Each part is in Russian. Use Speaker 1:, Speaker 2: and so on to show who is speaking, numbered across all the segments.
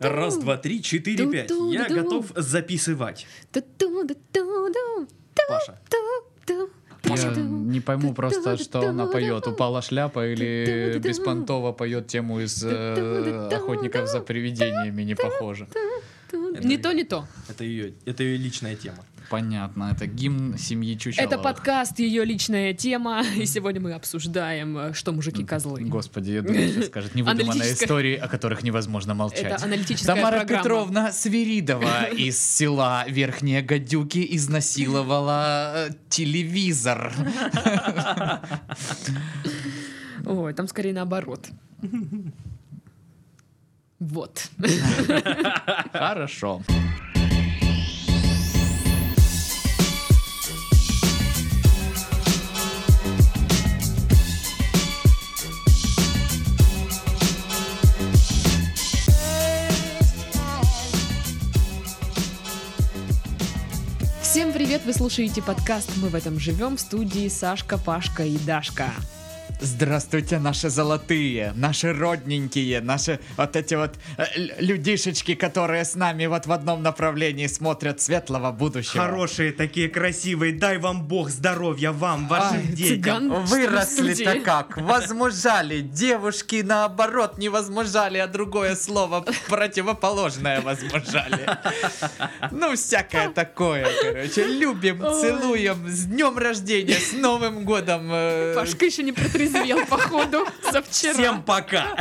Speaker 1: Раз, два, три, четыре, пять. Я
Speaker 2: Ду-ду-ду-ду.
Speaker 1: готов записывать. Паша.
Speaker 3: Я не пойму просто, что она поет.
Speaker 2: Ту-ту-ту-ту.
Speaker 3: Упала шляпа или
Speaker 2: Ту-ту-ту-ту.
Speaker 3: беспонтово поет тему из э,
Speaker 2: Ту-ту-ту-ту.
Speaker 3: охотников за привидениями, не похоже.
Speaker 1: Это-
Speaker 2: Не то, не то.
Speaker 1: Это ее, это ее личная тема.
Speaker 3: Понятно, это гимн семьи Чучаловых.
Speaker 2: Это подкаст, ее личная тема. И сегодня мы обсуждаем, э, что мужики козлы.
Speaker 3: Господи, я думаю, сейчас скажет невыдуманные
Speaker 2: Аналитическая-
Speaker 3: истории, о которых невозможно молчать.
Speaker 2: Это аналитическая
Speaker 3: Тамара
Speaker 2: программа.
Speaker 3: Петровна Свиридова из села Верхние Гадюки изнасиловала э, телевизор.
Speaker 2: Ой, там скорее наоборот. Вот.
Speaker 3: Хорошо.
Speaker 2: Всем привет, вы слушаете подкаст «Мы в этом живем» в студии Сашка, Пашка и Дашка.
Speaker 3: Здравствуйте, наши золотые, наши родненькие, наши вот эти вот э, л- людишечки, которые с нами вот в одном направлении смотрят светлого будущего.
Speaker 4: Хорошие такие, красивые. Дай вам бог здоровья вам, вашим
Speaker 3: Ай,
Speaker 4: детям.
Speaker 2: Цыган
Speaker 3: Выросли-то
Speaker 2: студии.
Speaker 3: как? Возмужали. Девушки, наоборот, не возмужали, а другое слово противоположное возмужали. Ну, всякое такое, короче. Любим,
Speaker 2: Ой.
Speaker 3: целуем. С днем рождения, с Новым годом. э,
Speaker 2: Пашка еще не протрезвел, походу, за вчера.
Speaker 4: Всем пока.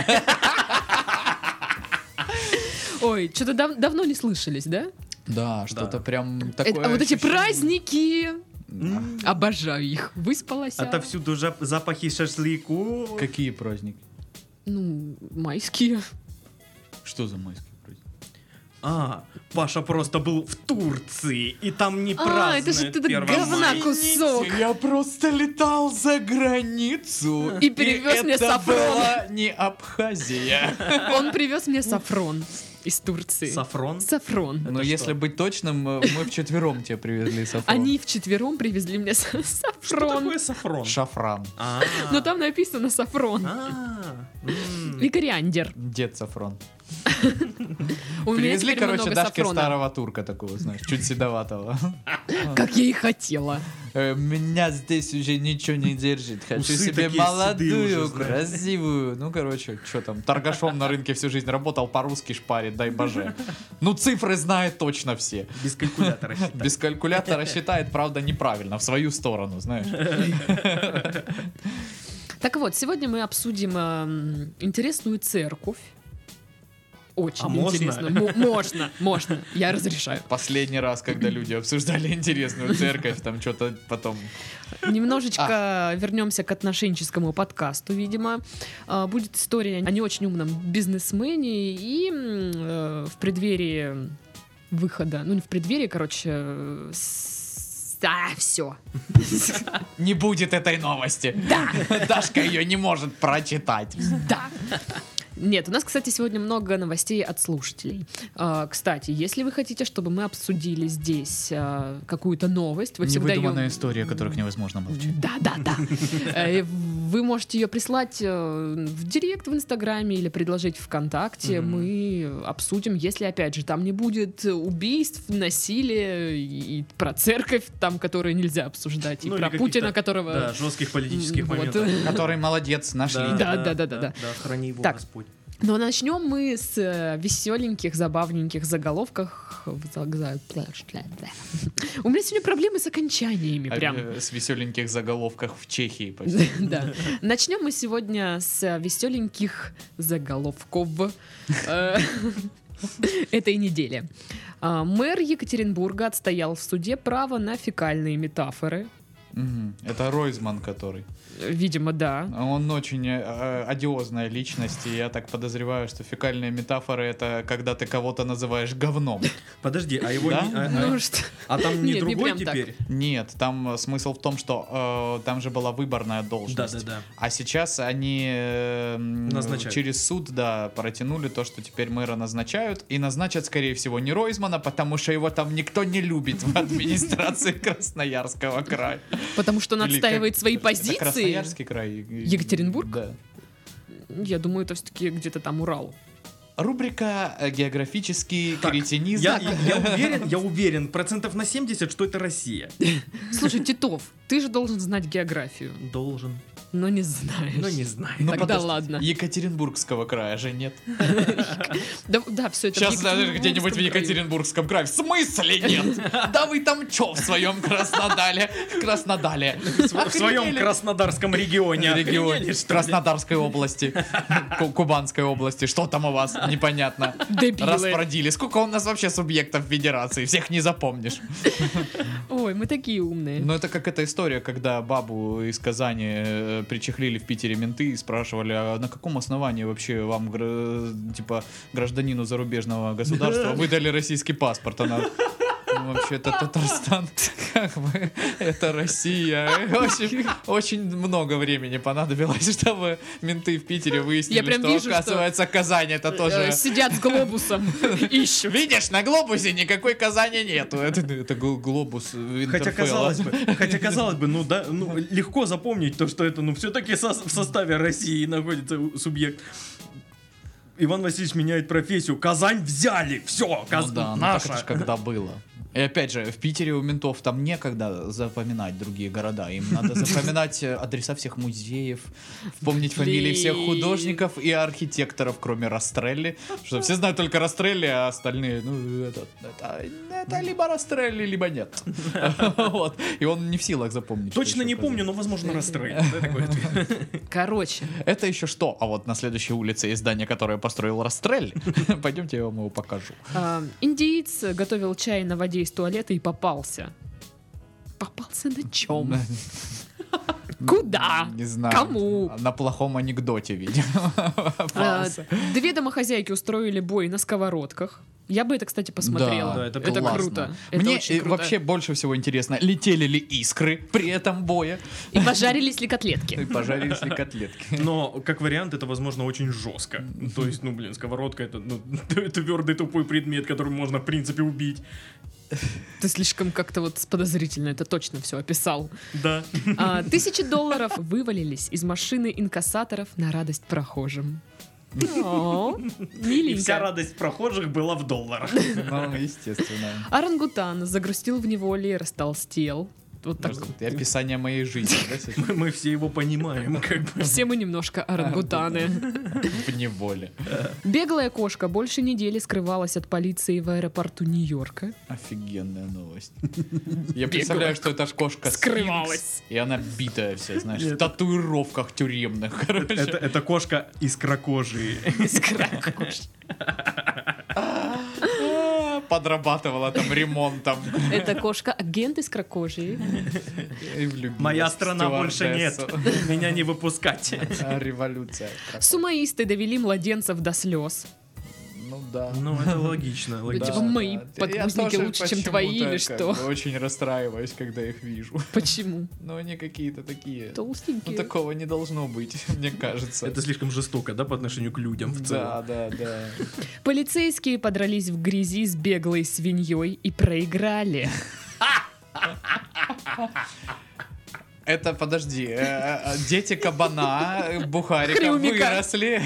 Speaker 2: Ой, что-то давно не слышались, да?
Speaker 3: Да, что-то
Speaker 1: Да.
Speaker 3: прям
Speaker 2: Э,
Speaker 3: такое.
Speaker 2: а вот эти
Speaker 3: ощущение.
Speaker 2: праздники,
Speaker 4: М,
Speaker 2: обожаю их. Выспалась. а?
Speaker 4: Отовсюду жа- запахи шашлыку.
Speaker 3: Какие праздники?
Speaker 2: Ну, майские.
Speaker 3: Что за майские праздники?
Speaker 4: А, Паша просто был в Турции, и там не
Speaker 2: А, это же
Speaker 4: празднуют
Speaker 2: ты так
Speaker 4: 1
Speaker 2: говна
Speaker 4: мая.
Speaker 2: кусок.
Speaker 3: Я просто летал за границу.
Speaker 2: И перевез мне
Speaker 3: это
Speaker 2: сафрон.
Speaker 3: была не Абхазия.
Speaker 2: Он привез мне сафрон из Турции.
Speaker 4: Сафрон.
Speaker 2: Сафрон.
Speaker 3: Но
Speaker 4: Это
Speaker 3: Ну, если
Speaker 4: что?
Speaker 3: быть точным, э, мы вчетвером тебе привезли сафрон.
Speaker 2: Они вчетвером привезли мне са-
Speaker 4: Что
Speaker 2: сафрон.
Speaker 4: такое сафрон?
Speaker 3: Шафран.
Speaker 4: А,
Speaker 2: Но там написано сафрон.
Speaker 4: а, м.
Speaker 2: И кориандер.
Speaker 3: Дед сафрон.
Speaker 2: У меня
Speaker 3: Привезли,
Speaker 2: теперь
Speaker 3: короче,
Speaker 2: много
Speaker 3: Дашке
Speaker 2: сафрона.
Speaker 3: старого турка такого, знаешь, чуть седоватого.
Speaker 2: Как я и хотела.
Speaker 3: Э, Меня здесь уже ничего не держит. Хочу
Speaker 4: Усы
Speaker 3: себе
Speaker 4: такие седые
Speaker 3: молодую,
Speaker 4: уже, знаешь.
Speaker 3: красивую. Ну, короче, что там, торгашом на рынке всю жизнь работал, по-русски шпарит, дай боже. Ну, цифры знает точно все.
Speaker 4: Без калькулятора считай.
Speaker 3: Без калькулятора считает, правда, неправильно, в свою сторону, знаешь.
Speaker 2: Так вот, сегодня мы обсудим эм, интересную церковь. Очень
Speaker 4: А можно?
Speaker 2: интересно. Мо- можно, можно. Я разрешаю.
Speaker 3: Последний раз, когда люди обсуждали интересную церковь, там что-то потом
Speaker 2: Немножечко вернемся к отношенческому подкасту, видимо. А, Будет история о не очень умном бизнесмене и м, э, в преддверии выхода, ну не в преддверии, короче, э, с- а, все.
Speaker 3: не будет этой новости. Да. Дашка ее не может прочитать.
Speaker 2: Да. Нет, у нас, кстати, сегодня много новостей от слушателей. А, Кстати, если вы хотите, чтобы мы обсудили здесь а, какую-то новость, вы всегда ее
Speaker 3: Невыдуманная история, о которых невозможно молчать.
Speaker 2: Да, да, да. Э, Вы можете ее прислать э, в директ в Инстаграме или предложить ВКонтакте.
Speaker 4: Мгм.
Speaker 2: Мы обсудим, если, опять же, там не будет убийств, насилия и и про церковь, там, которую нельзя обсуждать, и
Speaker 4: Ну,
Speaker 2: про
Speaker 4: или
Speaker 2: Путина,
Speaker 4: каких-то,
Speaker 2: которого...
Speaker 4: Да, жестких политических
Speaker 2: Вот.
Speaker 4: моментов.
Speaker 3: Который молодец, нашли.
Speaker 2: Да, да, да, да, да.
Speaker 4: Да, храни его
Speaker 2: Так.
Speaker 4: Господь.
Speaker 2: Но начнем Ну, а мы с э, веселеньких, забавненьких заголовках. В заг- за- У меня сегодня проблемы с окончаниями,
Speaker 3: А,
Speaker 2: прям.
Speaker 3: э, С веселеньких заголовках в Чехии. по всему.
Speaker 2: Да. Начнем мы сегодня с веселеньких заголовков э, этой недели. А, Мэр Екатеринбурга отстоял в суде право на фекальные метафоры.
Speaker 3: Мгм. Это Ройзман, который.
Speaker 2: Видимо, да.
Speaker 3: Он очень э, э, одиозная личность, и я так подозреваю, что фекальные метафоры это когда ты кого-то называешь говном.
Speaker 4: Подожди, а его...
Speaker 3: Да?
Speaker 4: не- а- а-
Speaker 2: Ну что?
Speaker 4: А там не
Speaker 2: Нет, не
Speaker 4: другой
Speaker 2: прям так.
Speaker 4: теперь?
Speaker 3: Нет, там э, смысл в том, что э, там же была выборная
Speaker 4: Да,
Speaker 3: должность.
Speaker 4: да, да.
Speaker 3: А сейчас они э, м,
Speaker 4: Назначают.
Speaker 3: через суд, да, протянули то, что теперь мэра назначают. И назначат, скорее всего, не Ройзмана, потому что его там никто не любит в администрации Красноярского края.
Speaker 2: Потому что он
Speaker 3: Или
Speaker 2: отстаивает свои
Speaker 3: Это
Speaker 2: позиции.
Speaker 3: Красноярский край. и- и-
Speaker 2: Екатеринбург?
Speaker 3: Да.
Speaker 2: Я думаю, это все-таки где-то там Урал.
Speaker 3: Рубрика э, «Географический
Speaker 1: Так,
Speaker 3: кретинизм».
Speaker 1: Я, я- я уверен, я уверен, процентов на 70, что это Россия.
Speaker 2: Слушай, Титов, ты же должен знать географию,
Speaker 1: Должен.
Speaker 2: но не знаешь.
Speaker 1: Но не знаю.
Speaker 3: Ну,
Speaker 2: Тогда
Speaker 3: подожди,
Speaker 2: ладно.
Speaker 3: Екатеринбургского края же нет.
Speaker 2: Да, да, все это в
Speaker 3: Сейчас даже
Speaker 2: Екатеринбургском
Speaker 3: где-нибудь в
Speaker 2: краю.
Speaker 3: Екатеринбургском крае. В смысле нет? Да вы там чё в своем Краснодаре? Краснодаре.
Speaker 1: В своем краснодарском регионе.
Speaker 3: регионе.
Speaker 1: Охренели, что ли?
Speaker 3: Краснодарской области. Ку- Кубанской области. Что там у вас? Непонятно.
Speaker 2: Дебилы.
Speaker 3: Распродили. Сколько у нас вообще субъектов федерации? Всех не запомнишь.
Speaker 2: Ой, мы такие умные.
Speaker 3: Ну, это как эта история, когда бабу из Казани э, причехлили в Питере менты и спрашивали, а на каком основании вообще вам, гра- типа, гражданину зарубежного государства выдали российский паспорт? Она... «Ну, вообще-то Татарстан, как бы, это Россия. Очень, очень много времени понадобилось, чтобы менты в Питере выяснили,
Speaker 2: Я прям
Speaker 3: что,
Speaker 2: вижу, что-
Speaker 3: оказывается, Казань это
Speaker 2: Э,
Speaker 3: тоже...
Speaker 2: Сидят с глобусом, ищут.
Speaker 3: Видишь, на глобусе никакой Казани нету. Это, это гл- глобус э,
Speaker 1: Хотя
Speaker 3: Интерфейла.
Speaker 1: казалось бы, хотя казалось бы, ну да, ну легко запомнить то, что это, ну все-таки в составе России находится у- субъект. Иван Васильевич меняет профессию. Казань взяли, все,
Speaker 3: Ну
Speaker 1: Казань
Speaker 3: да, ну так
Speaker 1: наша.
Speaker 3: это ж когда было. И опять же, в Питере у ментов там некогда запоминать другие города. Им надо запоминать э, адреса всех музеев, помнить фамилии всех
Speaker 2: Блин.
Speaker 3: художников и архитекторов, кроме Растрелли. Что все знают только Растрелли, а остальные, ну, это, это- это либо Растрелли, либо нет. Вот. И он не в силах запомнить. что
Speaker 1: Точно
Speaker 3: еще
Speaker 1: не помню,
Speaker 3: оказалось.
Speaker 1: но возможно расстроен. Да, такой ответ.
Speaker 2: Короче,
Speaker 3: Это еще что? А вот на следующей улице есть здание, которое построил Растрелли. Пойдемте, я вам его покажу.
Speaker 2: а, индиец готовил чай на воде из туалета и попался. Попался на чем? Куда?
Speaker 3: Не знаю.
Speaker 2: Кому?
Speaker 3: На плохом анекдоте, видимо.
Speaker 2: А,
Speaker 3: попался.
Speaker 2: Две домохозяйки устроили бой на сковородках. Я бы это, кстати, посмотрела.
Speaker 1: Да,
Speaker 2: это
Speaker 1: это
Speaker 3: классно.
Speaker 2: круто. Это
Speaker 3: Мне
Speaker 2: очень
Speaker 3: э,
Speaker 2: круто.
Speaker 3: вообще больше всего интересно, летели ли искры при этом боя
Speaker 2: И пожарились ли котлетки?
Speaker 3: Ну и пожарились ли котлетки.
Speaker 1: Но, как вариант, это, возможно, очень жестко. То есть, ну, блин, сковородка это ну, твердый тупой предмет, которым можно, в принципе, убить.
Speaker 2: Ты слишком как-то вот подозрительно это точно все описал.
Speaker 1: Да.
Speaker 2: А, тысячи долларов вывалились из машины инкассаторов на радость прохожим. О,
Speaker 1: И вся
Speaker 2: Миленько.
Speaker 1: радость прохожих была в долларах.
Speaker 3: Ну, естественно.
Speaker 2: А Орангутан загрустил в неволе и растолстел. Вот так.
Speaker 3: Может, это описание моей жизни, да, сейчас?
Speaker 1: Мы, мы все его понимаем, как бы.
Speaker 2: Все мы немножко
Speaker 3: А,
Speaker 2: орангутаны.
Speaker 3: в неволе.
Speaker 2: Беглая кошка больше недели скрывалась от полиции в аэропорту Нью-Йорка.
Speaker 3: Офигенная новость. Я представляю, что это ж кошка сфинкс,
Speaker 2: Скрывалась.
Speaker 3: И она битая вся, знаешь, в татуировках тюремных, короче.
Speaker 1: Это, это кошка из крокожии.
Speaker 3: А, Подрабатывала там ремонтом.
Speaker 2: Это кошка агент из крокожии.
Speaker 3: И влюбилась
Speaker 1: Моя
Speaker 3: в
Speaker 1: страна больше нет.
Speaker 3: стюардессу.
Speaker 1: Меня не выпускать.
Speaker 3: А, Революция.
Speaker 2: Сумаисты довели младенцев до слез.
Speaker 3: Ну да.
Speaker 1: Ну, это логично,
Speaker 2: Ну,
Speaker 1: логично.
Speaker 2: типа, мои
Speaker 3: Да, я
Speaker 2: подгузники
Speaker 3: тоже
Speaker 2: лучше, чем
Speaker 3: почему-то
Speaker 2: твои, или
Speaker 3: как
Speaker 2: что?
Speaker 3: бы Очень расстраиваюсь, когда их вижу.
Speaker 2: Почему?
Speaker 3: Но они какие-то такие. Ну
Speaker 2: Толстенькие.
Speaker 3: такого не должно быть, мне кажется.
Speaker 1: Это слишком жестоко, да, по отношению к людям в
Speaker 3: Да,
Speaker 1: целом?
Speaker 3: да, да.
Speaker 2: Полицейские подрались в грязи с беглой свиньей и проиграли.
Speaker 3: Это, подожди, э, э, дети кабана, э, Бухарика
Speaker 2: Хрюмика.
Speaker 3: выросли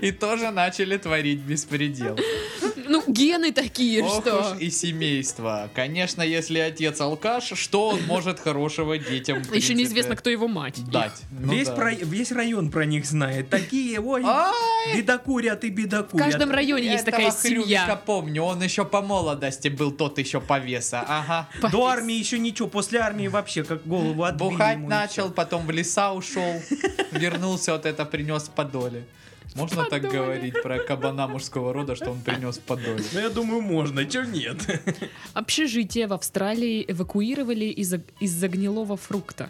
Speaker 3: и тоже начали творить беспредел.
Speaker 2: Ну, гены такие,
Speaker 3: Ох
Speaker 2: что...
Speaker 3: уж и семейство. Конечно, если отец алкаш, что он может хорошего детям? в
Speaker 2: Еще
Speaker 3: принципе,
Speaker 2: неизвестно, кто его мать.
Speaker 3: дать. Ну
Speaker 1: Весь,
Speaker 3: да.
Speaker 1: про- весь район про них знает. Такие, ой, бедокурят и
Speaker 2: В
Speaker 1: бедокурят.
Speaker 2: каждом районе есть
Speaker 3: Этого
Speaker 2: такая
Speaker 3: Хрюмика
Speaker 2: семья.
Speaker 3: помню, он еще по молодости был тот еще повеса. Ага.
Speaker 1: До армии еще ничего, после армии вообще как голову отбили.
Speaker 3: Бухать
Speaker 1: ему и
Speaker 3: начал, потом в леса ушел, вернулся, вот это принес по доле. Можно так
Speaker 2: Подоле.
Speaker 3: говорить про кабана мужского рода, что он принес по доле?
Speaker 1: всё. Ну, я думаю, можно, чем нет.
Speaker 2: Общежитие в Австралии эвакуировали из-за из-за гнилого фрукта.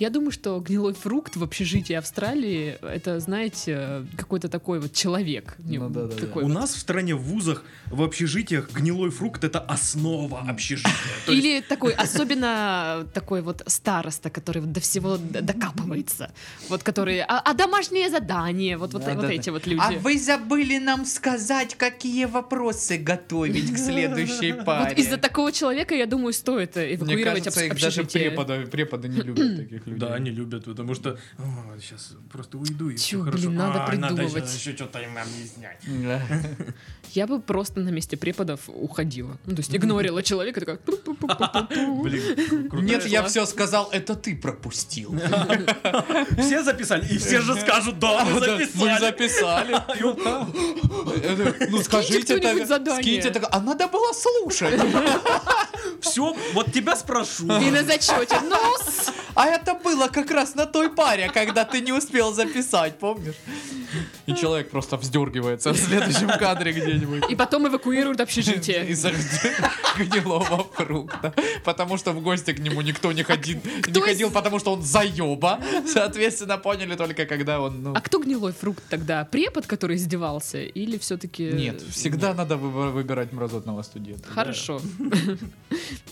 Speaker 2: Я думаю, что гнилой фрукт в общежитии Австралии это, знаете, какой-то такой вот человек.
Speaker 3: Ну да, да, да.
Speaker 2: Такой
Speaker 1: У
Speaker 2: вот.
Speaker 1: нас в стране в вузах, в общежитиях гнилой фрукт это основа общежития. То есть
Speaker 2: Или такой, особенно такой вот староста, который вот до всего д- докапывается. Вот которые. А, а домашнее задание, вот, вот,
Speaker 3: Да,
Speaker 2: вот
Speaker 3: да,
Speaker 2: эти
Speaker 3: да.
Speaker 2: вот люди.
Speaker 3: А вы забыли нам сказать, какие вопросы готовить к следующей паре.
Speaker 2: Вот из-за такого человека, я думаю, стоит
Speaker 3: Мне
Speaker 2: эвакуировать
Speaker 3: кажется,
Speaker 2: обс-
Speaker 3: их даже
Speaker 2: общежитие.
Speaker 3: преподы, преподы не любят таких людей.
Speaker 1: Да, они любят, потому что сейчас просто уйду и
Speaker 2: Тю,
Speaker 1: все хорошо.
Speaker 2: блин, надо
Speaker 1: А,
Speaker 2: придумывать.
Speaker 1: еще что-то им объяснять.
Speaker 3: Да.
Speaker 2: Я бы просто на месте преподов уходила. Ну, то есть игнорила человека, такая... «Пу-пу-пу-пу-пу».
Speaker 1: Блин, крутая
Speaker 3: Нет, я
Speaker 2: шла.
Speaker 3: все сказал, это ты пропустил.
Speaker 1: Все записали, и все же скажут, да, мы
Speaker 3: Мы
Speaker 1: А, записали.
Speaker 3: записали.
Speaker 1: И он,
Speaker 3: Это, Ну скажите
Speaker 2: кто-нибудь
Speaker 3: так,
Speaker 2: задание.
Speaker 3: скиньте так. А надо было слушать.
Speaker 1: Все, вот тебя спрошу.
Speaker 2: И на зачете. Нос!
Speaker 3: А это было как раз на той паре, когда ты не успел записать, помнишь? И человек просто вздергивается в следующем кадре где-нибудь.
Speaker 2: И потом эвакуируют общежитие.
Speaker 3: Из-за гнилого фрукта. Потому что в гости к нему никто не ходил. Не
Speaker 2: А из-
Speaker 3: ходил, потому что он заеба. Соответственно, поняли только, когда он... ну,
Speaker 2: А кто гнилой фрукт тогда? Препод, который издевался? Или все-таки...
Speaker 3: Нет, всегда надо выбор- выбирать мразотного студента.
Speaker 2: Хорошо.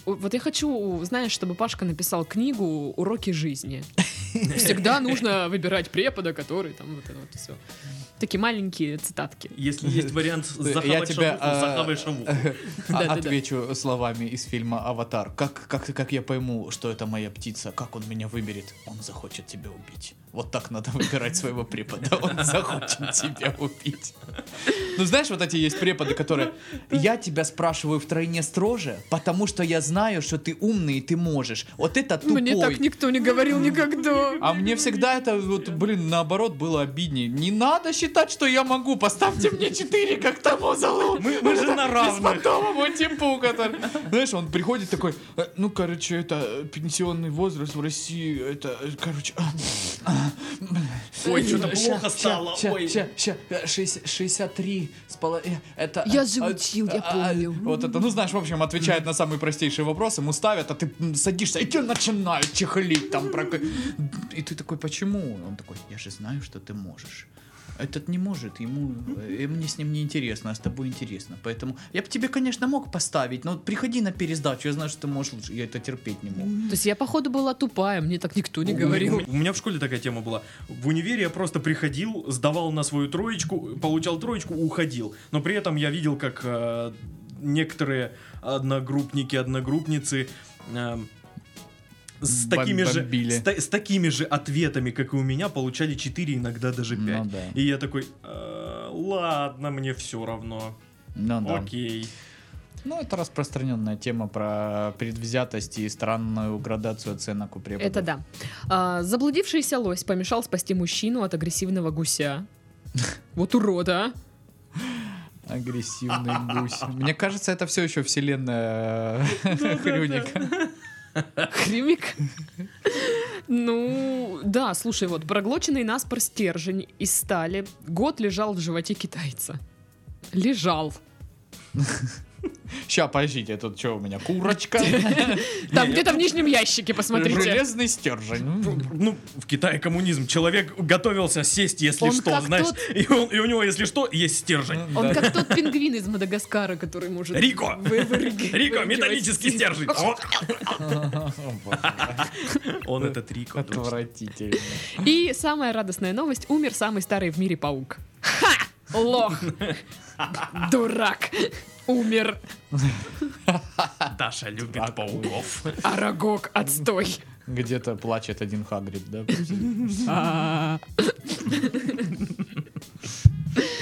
Speaker 2: Вот я хочу, знаешь, чтобы Пашка написал книгу «Уроки жизни». Всегда нужно выбирать препода, который там вот это вот все. Такие маленькие цитатки.
Speaker 1: Если есть вариант
Speaker 3: Я
Speaker 1: захавать
Speaker 3: тебя,
Speaker 1: шамуху,
Speaker 3: а,
Speaker 1: захавай шамуху.
Speaker 3: А-
Speaker 2: Да-да-да.
Speaker 3: Отвечу словами из фильма «Аватар». Как, как, как я пойму, что это моя птица? Как он меня выберет? Он захочет тебя убить. Вот так надо выбирать своего препода. Он захочет тебя убить. Ну знаешь, вот эти есть преподы, которые «Я тебя спрашиваю втройне строже, потому что я знаю, что ты умный и ты можешь». Вот это тупой.
Speaker 2: Мне так никто не говорил никогда.
Speaker 3: А мне всегда это, вот, блин, наоборот, было обиднее. Не надо считать, что я могу. Поставьте мне 4, как тому залу.
Speaker 1: Мы- мы же на равных.
Speaker 3: Беспонтовому типу, который... Знаешь, он приходит такой, «Э, ну, короче, это э, пенсионный возраст в России, это, э, короче...
Speaker 1: Ой, что-то плохо стало. Ой.
Speaker 3: Сейчас, сейчас, 63 с половиной, это...
Speaker 2: Я
Speaker 3: э,
Speaker 2: же
Speaker 3: э,
Speaker 2: учил, я
Speaker 3: э, э,
Speaker 2: помню.
Speaker 3: Вот это, ну, знаешь, в общем, отвечает на самые простейшие вопросы, ему ставят, а ты м, садишься, и тебе начинают чехлить там про... ка- И ты такой, почему? Он такой, я же знаю, что ты можешь. Этот не может, ему э, мне с ним не интересно, а с тобой интересно. Поэтому я бы тебе, конечно, мог поставить, но приходи на пересдачу, я знаю, что ты можешь лучше. Я это терпеть не мог.
Speaker 2: То есть я, походу, была тупая, мне так никто не
Speaker 1: У-
Speaker 2: говорил.
Speaker 1: У меня в школе такая тема была. В универе я просто приходил, сдавал на свою троечку, получал троечку, уходил. Но при этом я видел, как э, некоторые одногруппники, одногруппницы э, с
Speaker 3: Бом-
Speaker 1: такими, же,
Speaker 3: бомбили.
Speaker 1: с, та- с такими же ответами, как и у меня, получали 4, иногда даже 5.
Speaker 3: Ну да.
Speaker 1: И я такой, «Э, ладно, мне все равно.
Speaker 3: Ну да.
Speaker 1: Окей.
Speaker 3: Ну, это распространенная тема про предвзятость и странную градацию оценок у преподов.
Speaker 2: Это да. А, заблудившийся лось помешал спасти мужчину от агрессивного гуся. Вот урода, а!
Speaker 3: Агрессивный гусь. Мне кажется, это все еще вселенная э, Хрюника.
Speaker 2: Хремик. Ну, да, слушай, вот проглоченный наспор стержень из стали год лежал в животе китайца. Лежал.
Speaker 3: Ща, подождите, тут что у меня? Курочка?
Speaker 2: Там
Speaker 1: Не,
Speaker 2: где-то в нижнем ящике, посмотрите.
Speaker 3: Железный стержень.
Speaker 1: Ну, в Китае коммунизм. Человек готовился сесть, если
Speaker 2: Он
Speaker 1: что,
Speaker 2: как
Speaker 1: знаешь.
Speaker 2: тот-
Speaker 1: И, он- и у него, если что, есть стержень.
Speaker 2: Он как тот пингвин из Мадагаскара, который может...
Speaker 1: Рико!
Speaker 2: вы- вырыгивать.
Speaker 1: Рико, металлический стержень. О, Он этот Рико. друг.
Speaker 3: Отвратительно.
Speaker 2: И самая радостная новость. Умер самый старый в мире паук. Ха! Лох! Дурак! Умер.
Speaker 1: Даша любит пауков.
Speaker 2: Арагог, отстой.
Speaker 3: Где-то плачет один Хагрид, да?
Speaker 2: А.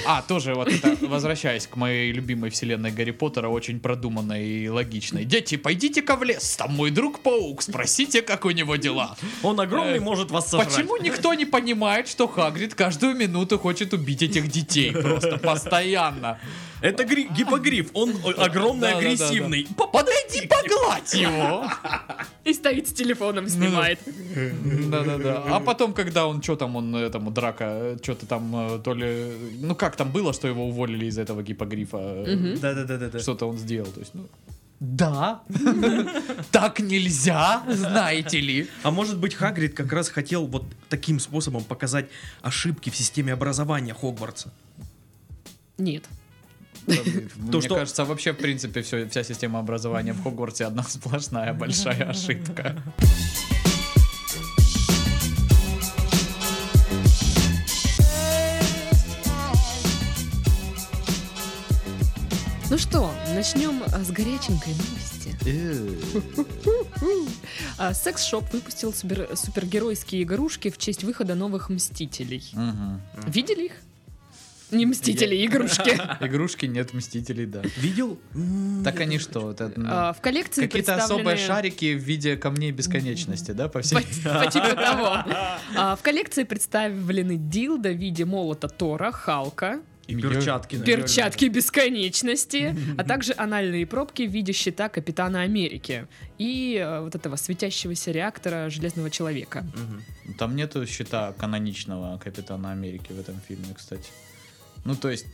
Speaker 3: А, тоже вот это, возвращаясь к моей любимой вселенной Гарри Поттера, очень продуманной и логичной. Дети, пойдите-ка в лес, там мой друг паук, спросите, как у него дела.
Speaker 1: Он огромный,
Speaker 3: Э,
Speaker 1: может вас сожрать.
Speaker 3: Почему никто не понимает, что Хагрид каждую минуту хочет убить этих детей? Просто постоянно.
Speaker 1: Это гри- гипогриф. Он о- огромный,
Speaker 3: Да-да-да-да.
Speaker 1: агрессивный.
Speaker 3: Подойди, погладь его!
Speaker 2: И стоит с телефоном, снимает.
Speaker 3: Да-да-да. А потом, когда он, что там, он этому драка, что-то там, э, то ли... Ну как там было, что его уволили из этого гипогрифа? э,
Speaker 2: Мгм.
Speaker 1: Да-да-да-да.
Speaker 3: Что-то он сделал, то есть, ну... Да, так нельзя, знаете ли.
Speaker 1: А может быть, Хагрид как раз хотел вот таким способом показать ошибки в системе образования Хогвартса.
Speaker 2: Нет.
Speaker 3: Мне
Speaker 1: что-
Speaker 3: кажется, вообще, в принципе, всё- вся система образования в Хогвартсе одна сплошная большая ошибка.
Speaker 2: Ну Ну что, начнем а, с горяченькой новости.
Speaker 3: Э.
Speaker 2: А, Секс-шоп выпустил супер- супергеройские игрушки в честь выхода новых «Мстителей».
Speaker 3: Мгм.
Speaker 2: Видели их? Не «Мстители», игрушки.
Speaker 3: Игрушки нет мстителей, да.
Speaker 1: Видел?
Speaker 3: Так они что? вот это, ну,
Speaker 2: А, В коллекции
Speaker 3: Какие-то особые
Speaker 2: представлены-
Speaker 3: шарики в виде камней бесконечности, да, по
Speaker 2: По,
Speaker 3: всей.
Speaker 2: по типу того. А, в коллекции представлены дилда в виде молота Тора, Халка,
Speaker 1: И перчатки. наверное.
Speaker 2: перчатки бесконечности, а также анальные пробки в виде щита Капитана Америки и э, вот этого светящегося реактора Железного Человека.
Speaker 1: Мгм.
Speaker 3: Там нету счета каноничного Капитана Америки в этом фильме, кстати. Ну, то есть,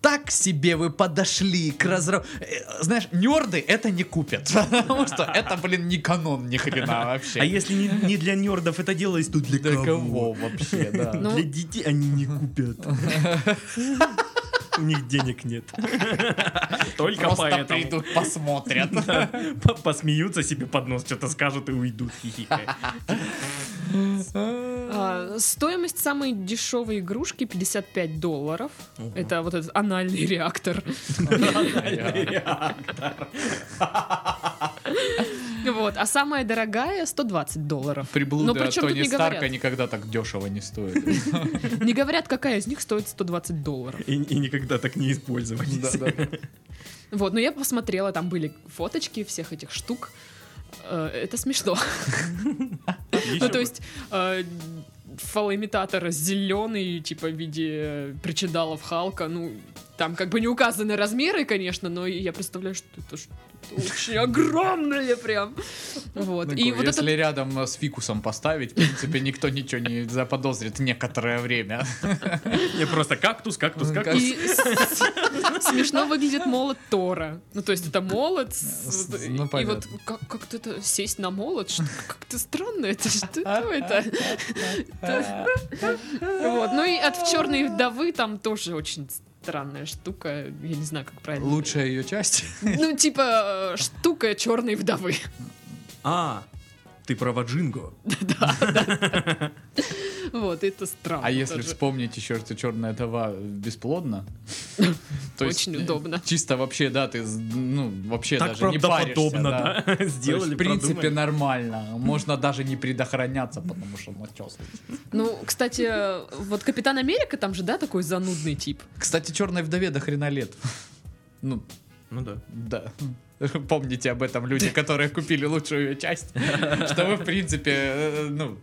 Speaker 3: так себе вы подошли к разраб... Э, Знаешь, нерды это не купят, потому что это, блин, не канон ни хрена вообще.
Speaker 1: А если не, не для нердов это делается, то для,
Speaker 3: Для
Speaker 1: кого?
Speaker 3: кого вообще, да.
Speaker 2: Ну,
Speaker 1: Для детей они не купят. У них денег нет. Только
Speaker 3: Просто
Speaker 1: поэтому.
Speaker 3: придут, посмотрят.
Speaker 1: П- Посмеются себе под нос, что-то скажут и уйдут, хихикая.
Speaker 2: А, стоимость самой дешевой игрушки 55 долларов.
Speaker 1: Ого.
Speaker 2: Это вот этот анальный реактор. Вот. А самая дорогая 120 долларов. Но
Speaker 3: Приблуда
Speaker 2: при чем Ну, тут
Speaker 3: Тони
Speaker 2: не говорят?
Speaker 3: Старка никогда так дешево не стоит.
Speaker 2: Не говорят, какая из них стоит 120 долларов.
Speaker 1: И, и никогда так не использовались.
Speaker 3: Ну,
Speaker 2: Вот, но я посмотрела, там были фоточки всех этих штук. Э, Это смешно.
Speaker 1: Ещё
Speaker 2: Ну, то есть э, фалоимитатор зеленый, типа в виде причиндалов Халка, ну, там как бы не указаны размеры, конечно, но я представляю, что это что-то очень огромное прям. Вот.
Speaker 3: Ну,
Speaker 2: И вот
Speaker 3: если
Speaker 2: это...
Speaker 3: рядом с фикусом поставить, в принципе, никто ничего не заподозрит некоторое время.
Speaker 1: бы- Не, просто кактус, кактус,
Speaker 3: Ну,
Speaker 1: кактус.
Speaker 2: и с- смешно выглядит молот Тора. Ну, то есть это молот. с-
Speaker 3: С-
Speaker 2: и-
Speaker 3: ну,
Speaker 2: и
Speaker 3: понятно.
Speaker 2: вот как- как-то это сесть на молот, что- как-то странно это, что это? Вот, ну и от черной вдовы там тоже очень странная штука. Я не знаю, как правильно.
Speaker 3: Лучшая ее часть.
Speaker 2: Ну, типа, э, штука черной вдовы.
Speaker 1: А, ты права, Джинго.
Speaker 2: Вот, это странно.
Speaker 3: А если
Speaker 2: тоже.
Speaker 3: вспомнить еще, что черная тава бесплодна, то есть, э,
Speaker 2: Очень удобно.
Speaker 3: Чисто вообще, да, ты з- ну вообще
Speaker 1: Так
Speaker 3: даже не паришься,
Speaker 1: правдоподобно,
Speaker 3: да.
Speaker 1: да?
Speaker 3: То есть,
Speaker 1: Сделали,
Speaker 3: в принципе,
Speaker 1: продумали.
Speaker 3: нормально. Можно даже не предохраняться, потому что ну чё.
Speaker 2: Ну, кстати, э, вот Капитан Америка там же, да, такой занудный тип.
Speaker 3: Кстати, черной вдове до хрена лет. Ну,
Speaker 1: Ну да.
Speaker 3: Да. Помните об этом люди, которые купили лучшую ее часть. Что вы, в принципе, э, ну,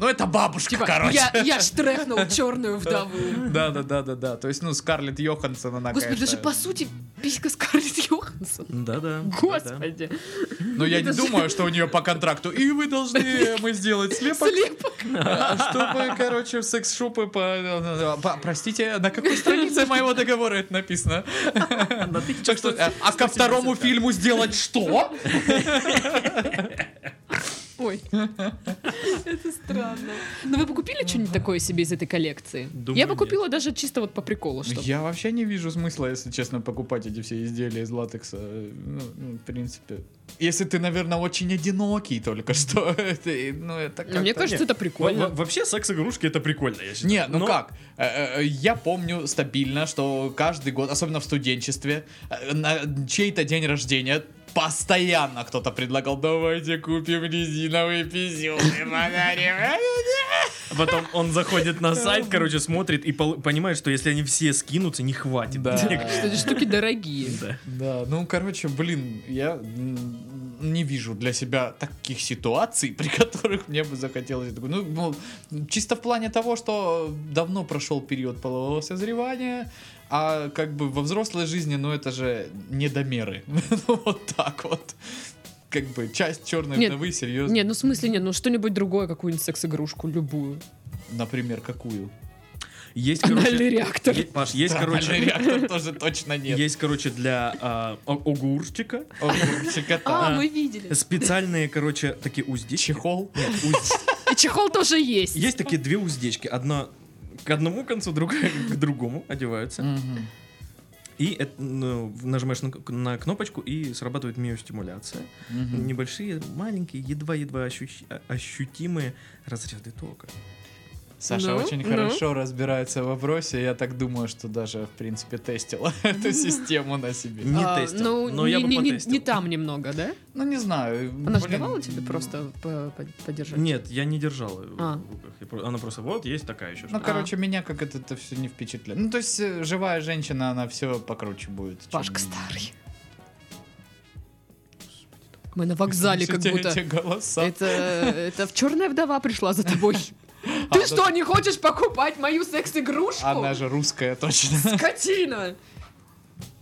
Speaker 3: ну это бабушка,
Speaker 2: Типа,
Speaker 3: короче.
Speaker 2: я, я штрехнул черную вдову.
Speaker 3: Да, да, да, да, да. То есть, ну, Скарлетт Йоханссон, она,
Speaker 2: А, Господи, даже
Speaker 3: конечно-
Speaker 2: по сути, писька Скарлетт Йоханссон.
Speaker 1: Да-да. да-да.
Speaker 2: Господи.
Speaker 3: Но Ну, я не
Speaker 2: даже-
Speaker 3: думаю, что у нее по контракту. И вы должны мы сделать слепок,
Speaker 2: Слепок.
Speaker 3: чтобы, короче, в секс-шопы по... по- Простите, на какой странице моего договора это написано? Так что, э, а ко второму фильму сделать что?
Speaker 2: Ой. Это странно. Но вы бы купили что-нибудь такое себе из этой коллекции?
Speaker 1: Думаю,
Speaker 2: Я бы
Speaker 1: нет.
Speaker 2: купила даже чисто вот по приколу, что
Speaker 3: Я вообще не вижу смысла, если честно, покупать эти все изделия из латекса. Ну, ну, в принципе. Если ты, наверное, очень одинокий только что. Ты, ну, это
Speaker 2: Ну, мне
Speaker 3: как-то-
Speaker 2: кажется, это
Speaker 1: Во-
Speaker 2: прикольно.
Speaker 1: во- Вообще секс-игрушки это прикольно, я считаю.
Speaker 3: Не, ну
Speaker 1: Но-
Speaker 3: как? Э, э, Я помню стабильно, что каждый год, особенно в студенчестве, э, на чей-то день рождения постоянно кто-то предлагал, давайте купим резиновые пизюны, подарим».
Speaker 1: Потом он заходит на сайт, короче, смотрит и пол- понимает, что если они все скинутся, не хватит
Speaker 3: Да.
Speaker 1: денег.
Speaker 2: Что эти штуки дорогие.
Speaker 1: Да.
Speaker 3: Да, ну, короче, блин, я м, не вижу для себя таких ситуаций, при которых мне бы захотелось. такой, Ну, ну, чисто в плане того, что давно прошел период полового созревания, а как бы во взрослой жизни, ну, это же недомеры. Ну, вот так вот. Как бы часть черной
Speaker 2: Нет,
Speaker 3: вдовы, серьезно.
Speaker 2: Не, ну в смысле нет, ну что-нибудь другое, какую-нибудь секс-игрушку, любую.
Speaker 3: Например, какую?
Speaker 1: Есть,
Speaker 2: Анальный
Speaker 1: короче,
Speaker 2: реактор.
Speaker 1: е- Паш, есть,
Speaker 3: Нормальный
Speaker 1: короче,
Speaker 3: реактор тоже точно нет.
Speaker 1: есть, короче, для а, о- огурчика
Speaker 3: О, щекота.
Speaker 2: А, мы видели.
Speaker 1: специальные, короче, такие уздечки.
Speaker 3: Чехол.
Speaker 1: Нет, уз-
Speaker 2: И чехол тоже есть.
Speaker 1: Есть такие две уздечки. Одна к одному концу, другая к другому
Speaker 2: А,
Speaker 1: одеваются.
Speaker 3: Мгм.
Speaker 1: И это, ну, нажимаешь на, к- на кнопочку, и срабатывает миостимуляция.
Speaker 3: Мгм.
Speaker 1: Небольшие, маленькие, едва-едва ощущ- а- ощутимые разряды тока.
Speaker 3: Саша
Speaker 2: Ну,
Speaker 3: очень
Speaker 2: ну.
Speaker 3: хорошо разбирается в вопросе. Я так думаю, что даже, в принципе, тестила эту систему на себе.
Speaker 1: Не
Speaker 2: А,
Speaker 1: тестил,
Speaker 2: ну,
Speaker 1: но
Speaker 2: не,
Speaker 1: я бы
Speaker 2: не- не-
Speaker 1: потестил.
Speaker 2: не там немного, да?
Speaker 3: Ну, не знаю.
Speaker 2: Она же
Speaker 3: блин.
Speaker 2: давала тебе просто по- по- подержать?
Speaker 1: Нет, я не держал ее
Speaker 2: А.
Speaker 1: в руках. Я про- Она просто, вот, есть такая еще.
Speaker 3: Ну,
Speaker 1: штука.
Speaker 3: короче, меня как это, это все не впечатляет. Ну, то есть, э, живая женщина, она все покруче будет. чем-
Speaker 2: Пашка старый. Мы на вокзале как
Speaker 3: Слушайте,
Speaker 2: будто.
Speaker 3: эти голоса.
Speaker 2: Это, это в черная вдова пришла за тобой.
Speaker 3: А,
Speaker 2: Ты
Speaker 3: да-
Speaker 2: что, не хочешь покупать мою секс-игрушку?
Speaker 3: Она же русская, точно.
Speaker 2: Скотина!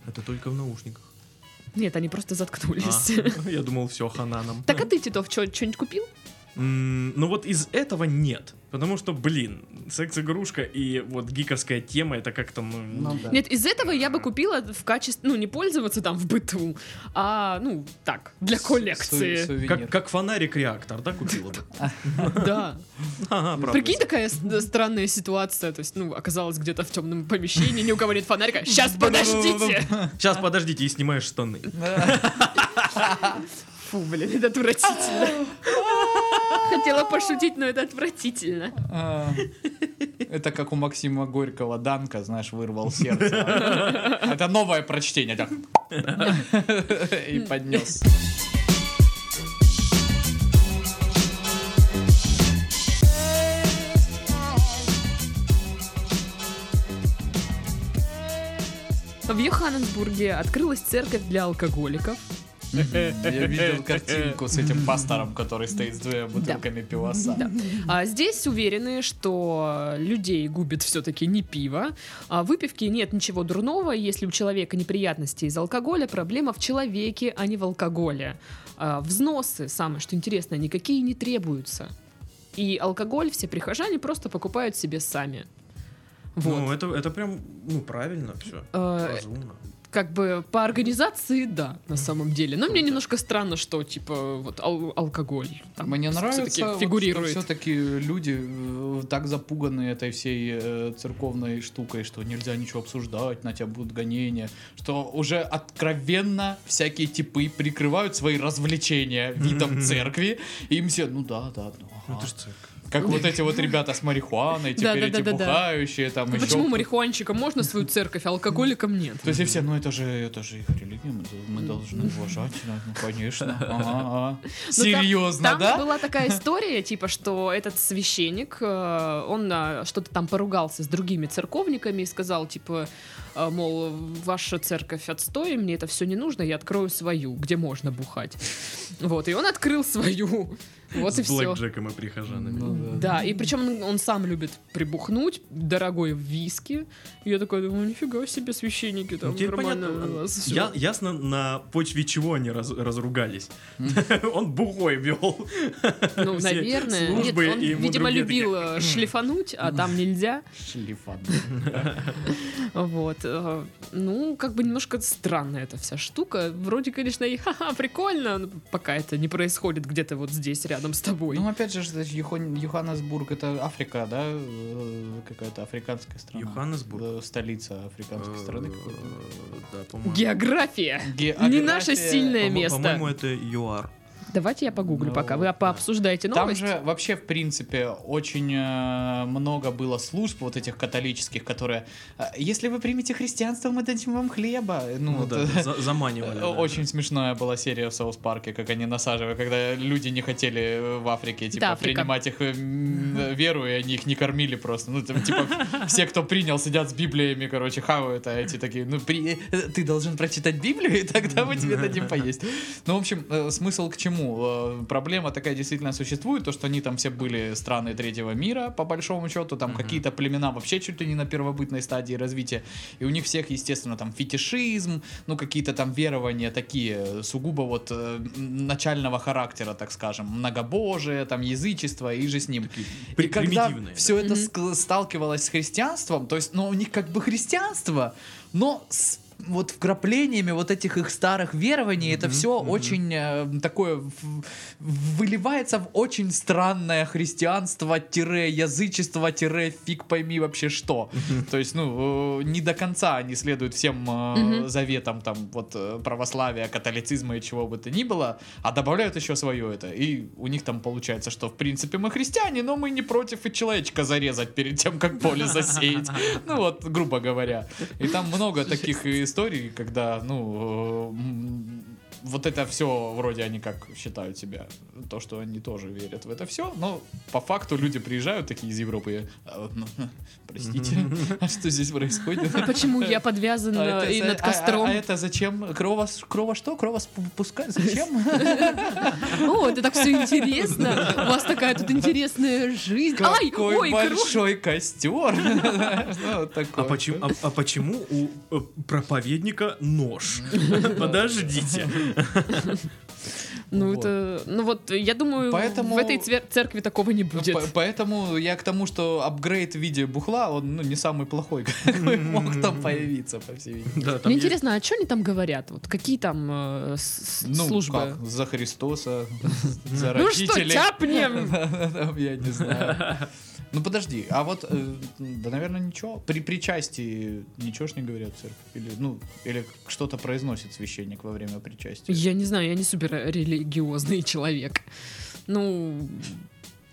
Speaker 1: Это только в наушниках.
Speaker 2: Нет, они просто заткнулись.
Speaker 1: А, Я думал, все, хана нам.
Speaker 2: Так а ты, Титов, что-нибудь купил?
Speaker 1: М, Ну вот из этого нет. Потому что, блин, секс-игрушка и вот гиковская тема, это как-то... ну,
Speaker 3: Ну да.
Speaker 2: Нет, из этого я бы купила в качестве... Ну, не пользоваться там в быту, а, ну, так, для
Speaker 3: Су- су-
Speaker 2: коллекции.
Speaker 3: сувенир.
Speaker 1: Как, как фонарик-реактор, да, купила бы?
Speaker 2: Да.
Speaker 1: Ага, правда.
Speaker 2: Прикинь, такая с- да, странная ситуация. То есть, ну, оказалось где-то в темном помещении, ни у кого нет фонарика. Сейчас, подождите!
Speaker 1: Сейчас, подождите, и снимаешь штаны.
Speaker 2: Фу, блин, это отвратительно. Хотела пошутить, но это отвратительно.
Speaker 3: А, Это как у Максима Горького Данка, знаешь, вырвал сердце. Это новое прочтение. так. И поднес.
Speaker 2: В Йоханнесбурге открылась церковь для алкоголиков.
Speaker 3: Я видел картинку с этим пастором, который стоит с двумя бутылками пиваса.
Speaker 2: Да. А здесь уверены, что людей губит все-таки не пиво. А в выпивке нет ничего дурного. Если у человека неприятности из алкоголя, проблема в человеке, а не в алкоголе. А взносы, самое что интересно, никакие не требуются. И алкоголь все прихожане просто покупают себе сами. Вот.
Speaker 1: Ну, это, это прям, ну, правильно все.
Speaker 2: Э,
Speaker 1: Разумно.
Speaker 2: как бы по организации, да, на самом деле. Но мне немножко странно, что типа вот ал- алкоголь. там
Speaker 3: Мне
Speaker 2: всё-таки
Speaker 3: нравится,
Speaker 2: фигурирует.
Speaker 3: все-таки люди э, так запуганы этой всей э, церковной штукой, что нельзя ничего обсуждать, на тебя будут гонения, что уже откровенно всякие типы прикрывают свои развлечения видом церкви, и им все, ну да, да, ну ага».
Speaker 1: Это ж цирк.
Speaker 3: Как вот эти вот ребята с марихуаной, теперь эти
Speaker 2: Да-да-да-да-да.
Speaker 3: бухающие, там
Speaker 2: Ну
Speaker 3: еще...
Speaker 2: Почему
Speaker 3: кто-то.
Speaker 2: марихуанщикам можно свою церковь, а алкоголикам нет?
Speaker 3: То есть и все, ну это же, это же их религия, мы, дол- мы должны уважать, ну конечно. ага, ага».
Speaker 2: Ну, там-
Speaker 3: Серьезно,
Speaker 2: там,
Speaker 3: да?
Speaker 2: была такая история, типа, что этот священник, э, он э, что-то там поругался с другими церковниками и сказал, типа, э, мол, ваша церковь отстой, мне это все не нужно, я открою свою, где можно бухать. Вот, и он открыл свою. Вот и
Speaker 1: С
Speaker 2: все.
Speaker 1: Блэкджеком и прихожанами.
Speaker 3: Ну
Speaker 2: Да, и причем он, он сам любит прибухнуть, дорогой виски. И я такой думаю, нифига себе священники там
Speaker 1: Ну, теперь
Speaker 2: нормально
Speaker 1: понятно,
Speaker 2: у вас всё».
Speaker 1: я, ясно, на почве чего они раз- разругались. Он бухой вел.
Speaker 2: Ну,
Speaker 1: все
Speaker 2: наверное. Нет,
Speaker 1: службы,
Speaker 2: он,
Speaker 1: и ему
Speaker 2: видимо,
Speaker 1: другие
Speaker 2: любил э, шлифануть, а там нельзя.
Speaker 3: Шлифан.
Speaker 2: Вот. э, Ну, как бы немножко странная эта вся штука. Вроде, конечно, и ха-ха, прикольно, но пока это не происходит где-то вот здесь, рядом с тобой.
Speaker 3: Ну, опять же, это ж Юхон- Йоханнесбург это Африка, да? Э, Какая-то африканская страна.
Speaker 1: Йоханнесбург?
Speaker 3: Э, Столица
Speaker 1: Э,
Speaker 3: африканской страны. какой-то.
Speaker 1: Да, по-моему.
Speaker 2: География. Не
Speaker 3: География.
Speaker 2: наше сильное
Speaker 1: По-мо- По-моему,
Speaker 2: место.
Speaker 1: это ЮАР.
Speaker 2: Давайте я погуглю
Speaker 3: Ну,
Speaker 2: пока. Вы
Speaker 3: да.
Speaker 2: пообсуждаете
Speaker 3: Там
Speaker 2: новость.
Speaker 3: же вообще, в принципе, очень э, много было служб вот этих католических, которые... э, Если вы примете христианство, мы дадим вам хлеба. Ну,
Speaker 1: Ну
Speaker 3: вот,
Speaker 1: да,
Speaker 3: э,
Speaker 1: за- заманивали.
Speaker 3: Э,
Speaker 1: да.
Speaker 3: Очень смешная была серия в Саус Парке, как они насаживали, когда люди не хотели э, в Африке типа
Speaker 2: Да, Африка.
Speaker 3: принимать их э, м, э, веру, и они их не кормили просто. Ну, там, типа, все, кто принял, сидят с Библиями, короче, хавают, а эти такие, ну, при- э, ты должен прочитать Библию, и тогда мы тебе дадим поесть. Ну, в общем, э, смысл к чему? Э, Проблема такая действительно существует, то, что они там все были страны третьего мира, по большому счету, там какие-то племена вообще чуть ли не на первобытной стадии развития, и у них всех, естественно, там фетишизм, ну, какие-то там верования такие, сугубо вот э, м, начального характера, так скажем, многобожие, там, язычество и же с ним.
Speaker 1: при-
Speaker 3: и когда
Speaker 1: примитивные,
Speaker 3: все это
Speaker 2: Мгм.
Speaker 3: ск- сталкивалось с христианством, то есть, ну, у них как бы христианство, но с вот вкраплениями вот этих их старых верований это все очень э, такое в- выливается в очень странное христианство тире язычество тире фиг пойми вообще что то есть ну э, не до конца они следуют всем э,
Speaker 2: Мгм.
Speaker 3: заветам там вот э, православия католицизма и чего бы то ни было а добавляют еще свое это и у них там получается что в принципе мы христиане но мы не против и человечка зарезать перед тем как поле засеять ну вот грубо говоря и там много таких историй, когда, ну, э, м, вот это все вроде они как считают себя, то, что они тоже верят в это все, но по факту люди приезжают такие из Европы, э, простите, а что здесь происходит?
Speaker 2: А почему я подвязан
Speaker 3: А
Speaker 2: э,
Speaker 3: это
Speaker 2: и
Speaker 3: за-
Speaker 2: над
Speaker 3: а- а-
Speaker 2: костром?
Speaker 3: А это зачем? Крова, с- крова что? Крова спу- пускать? Зачем?
Speaker 2: О, это так все интересно. У вас такая тут интересная жизнь. Ай,
Speaker 3: Какой
Speaker 2: ой, круто.
Speaker 3: большой костер! Ну, вот
Speaker 1: А
Speaker 3: такое.
Speaker 1: почему, а, а почему у э, проповедника нож? Подождите.
Speaker 2: Ну,
Speaker 3: Вот.
Speaker 2: это. Ну вот, я думаю,
Speaker 3: Поэтому-
Speaker 2: в этой цвер- церкви такого не
Speaker 3: Ну,
Speaker 2: будет.
Speaker 3: по- Поэтому я к тому, что апгрейд в виде бухла, он ну, не самый плохой, какой мог там появиться, по всей видимости.
Speaker 1: Да, там
Speaker 2: Мне
Speaker 1: есть-
Speaker 2: интересно, а что они там говорят? Вот какие там э, с-
Speaker 3: Ну,
Speaker 2: службы?
Speaker 3: как, за Христоса, за
Speaker 2: Ну что,
Speaker 3: родителей.
Speaker 2: тяпнем?
Speaker 3: Там Я не знаю. Ну подожди, а вот, э, да, наверное, ничего. При причастии ничего ж не говорят в церкви? Или, ну, или что-то произносит священник во время причастия?
Speaker 2: Я не знаю, я не супер религиозный человек. Ну,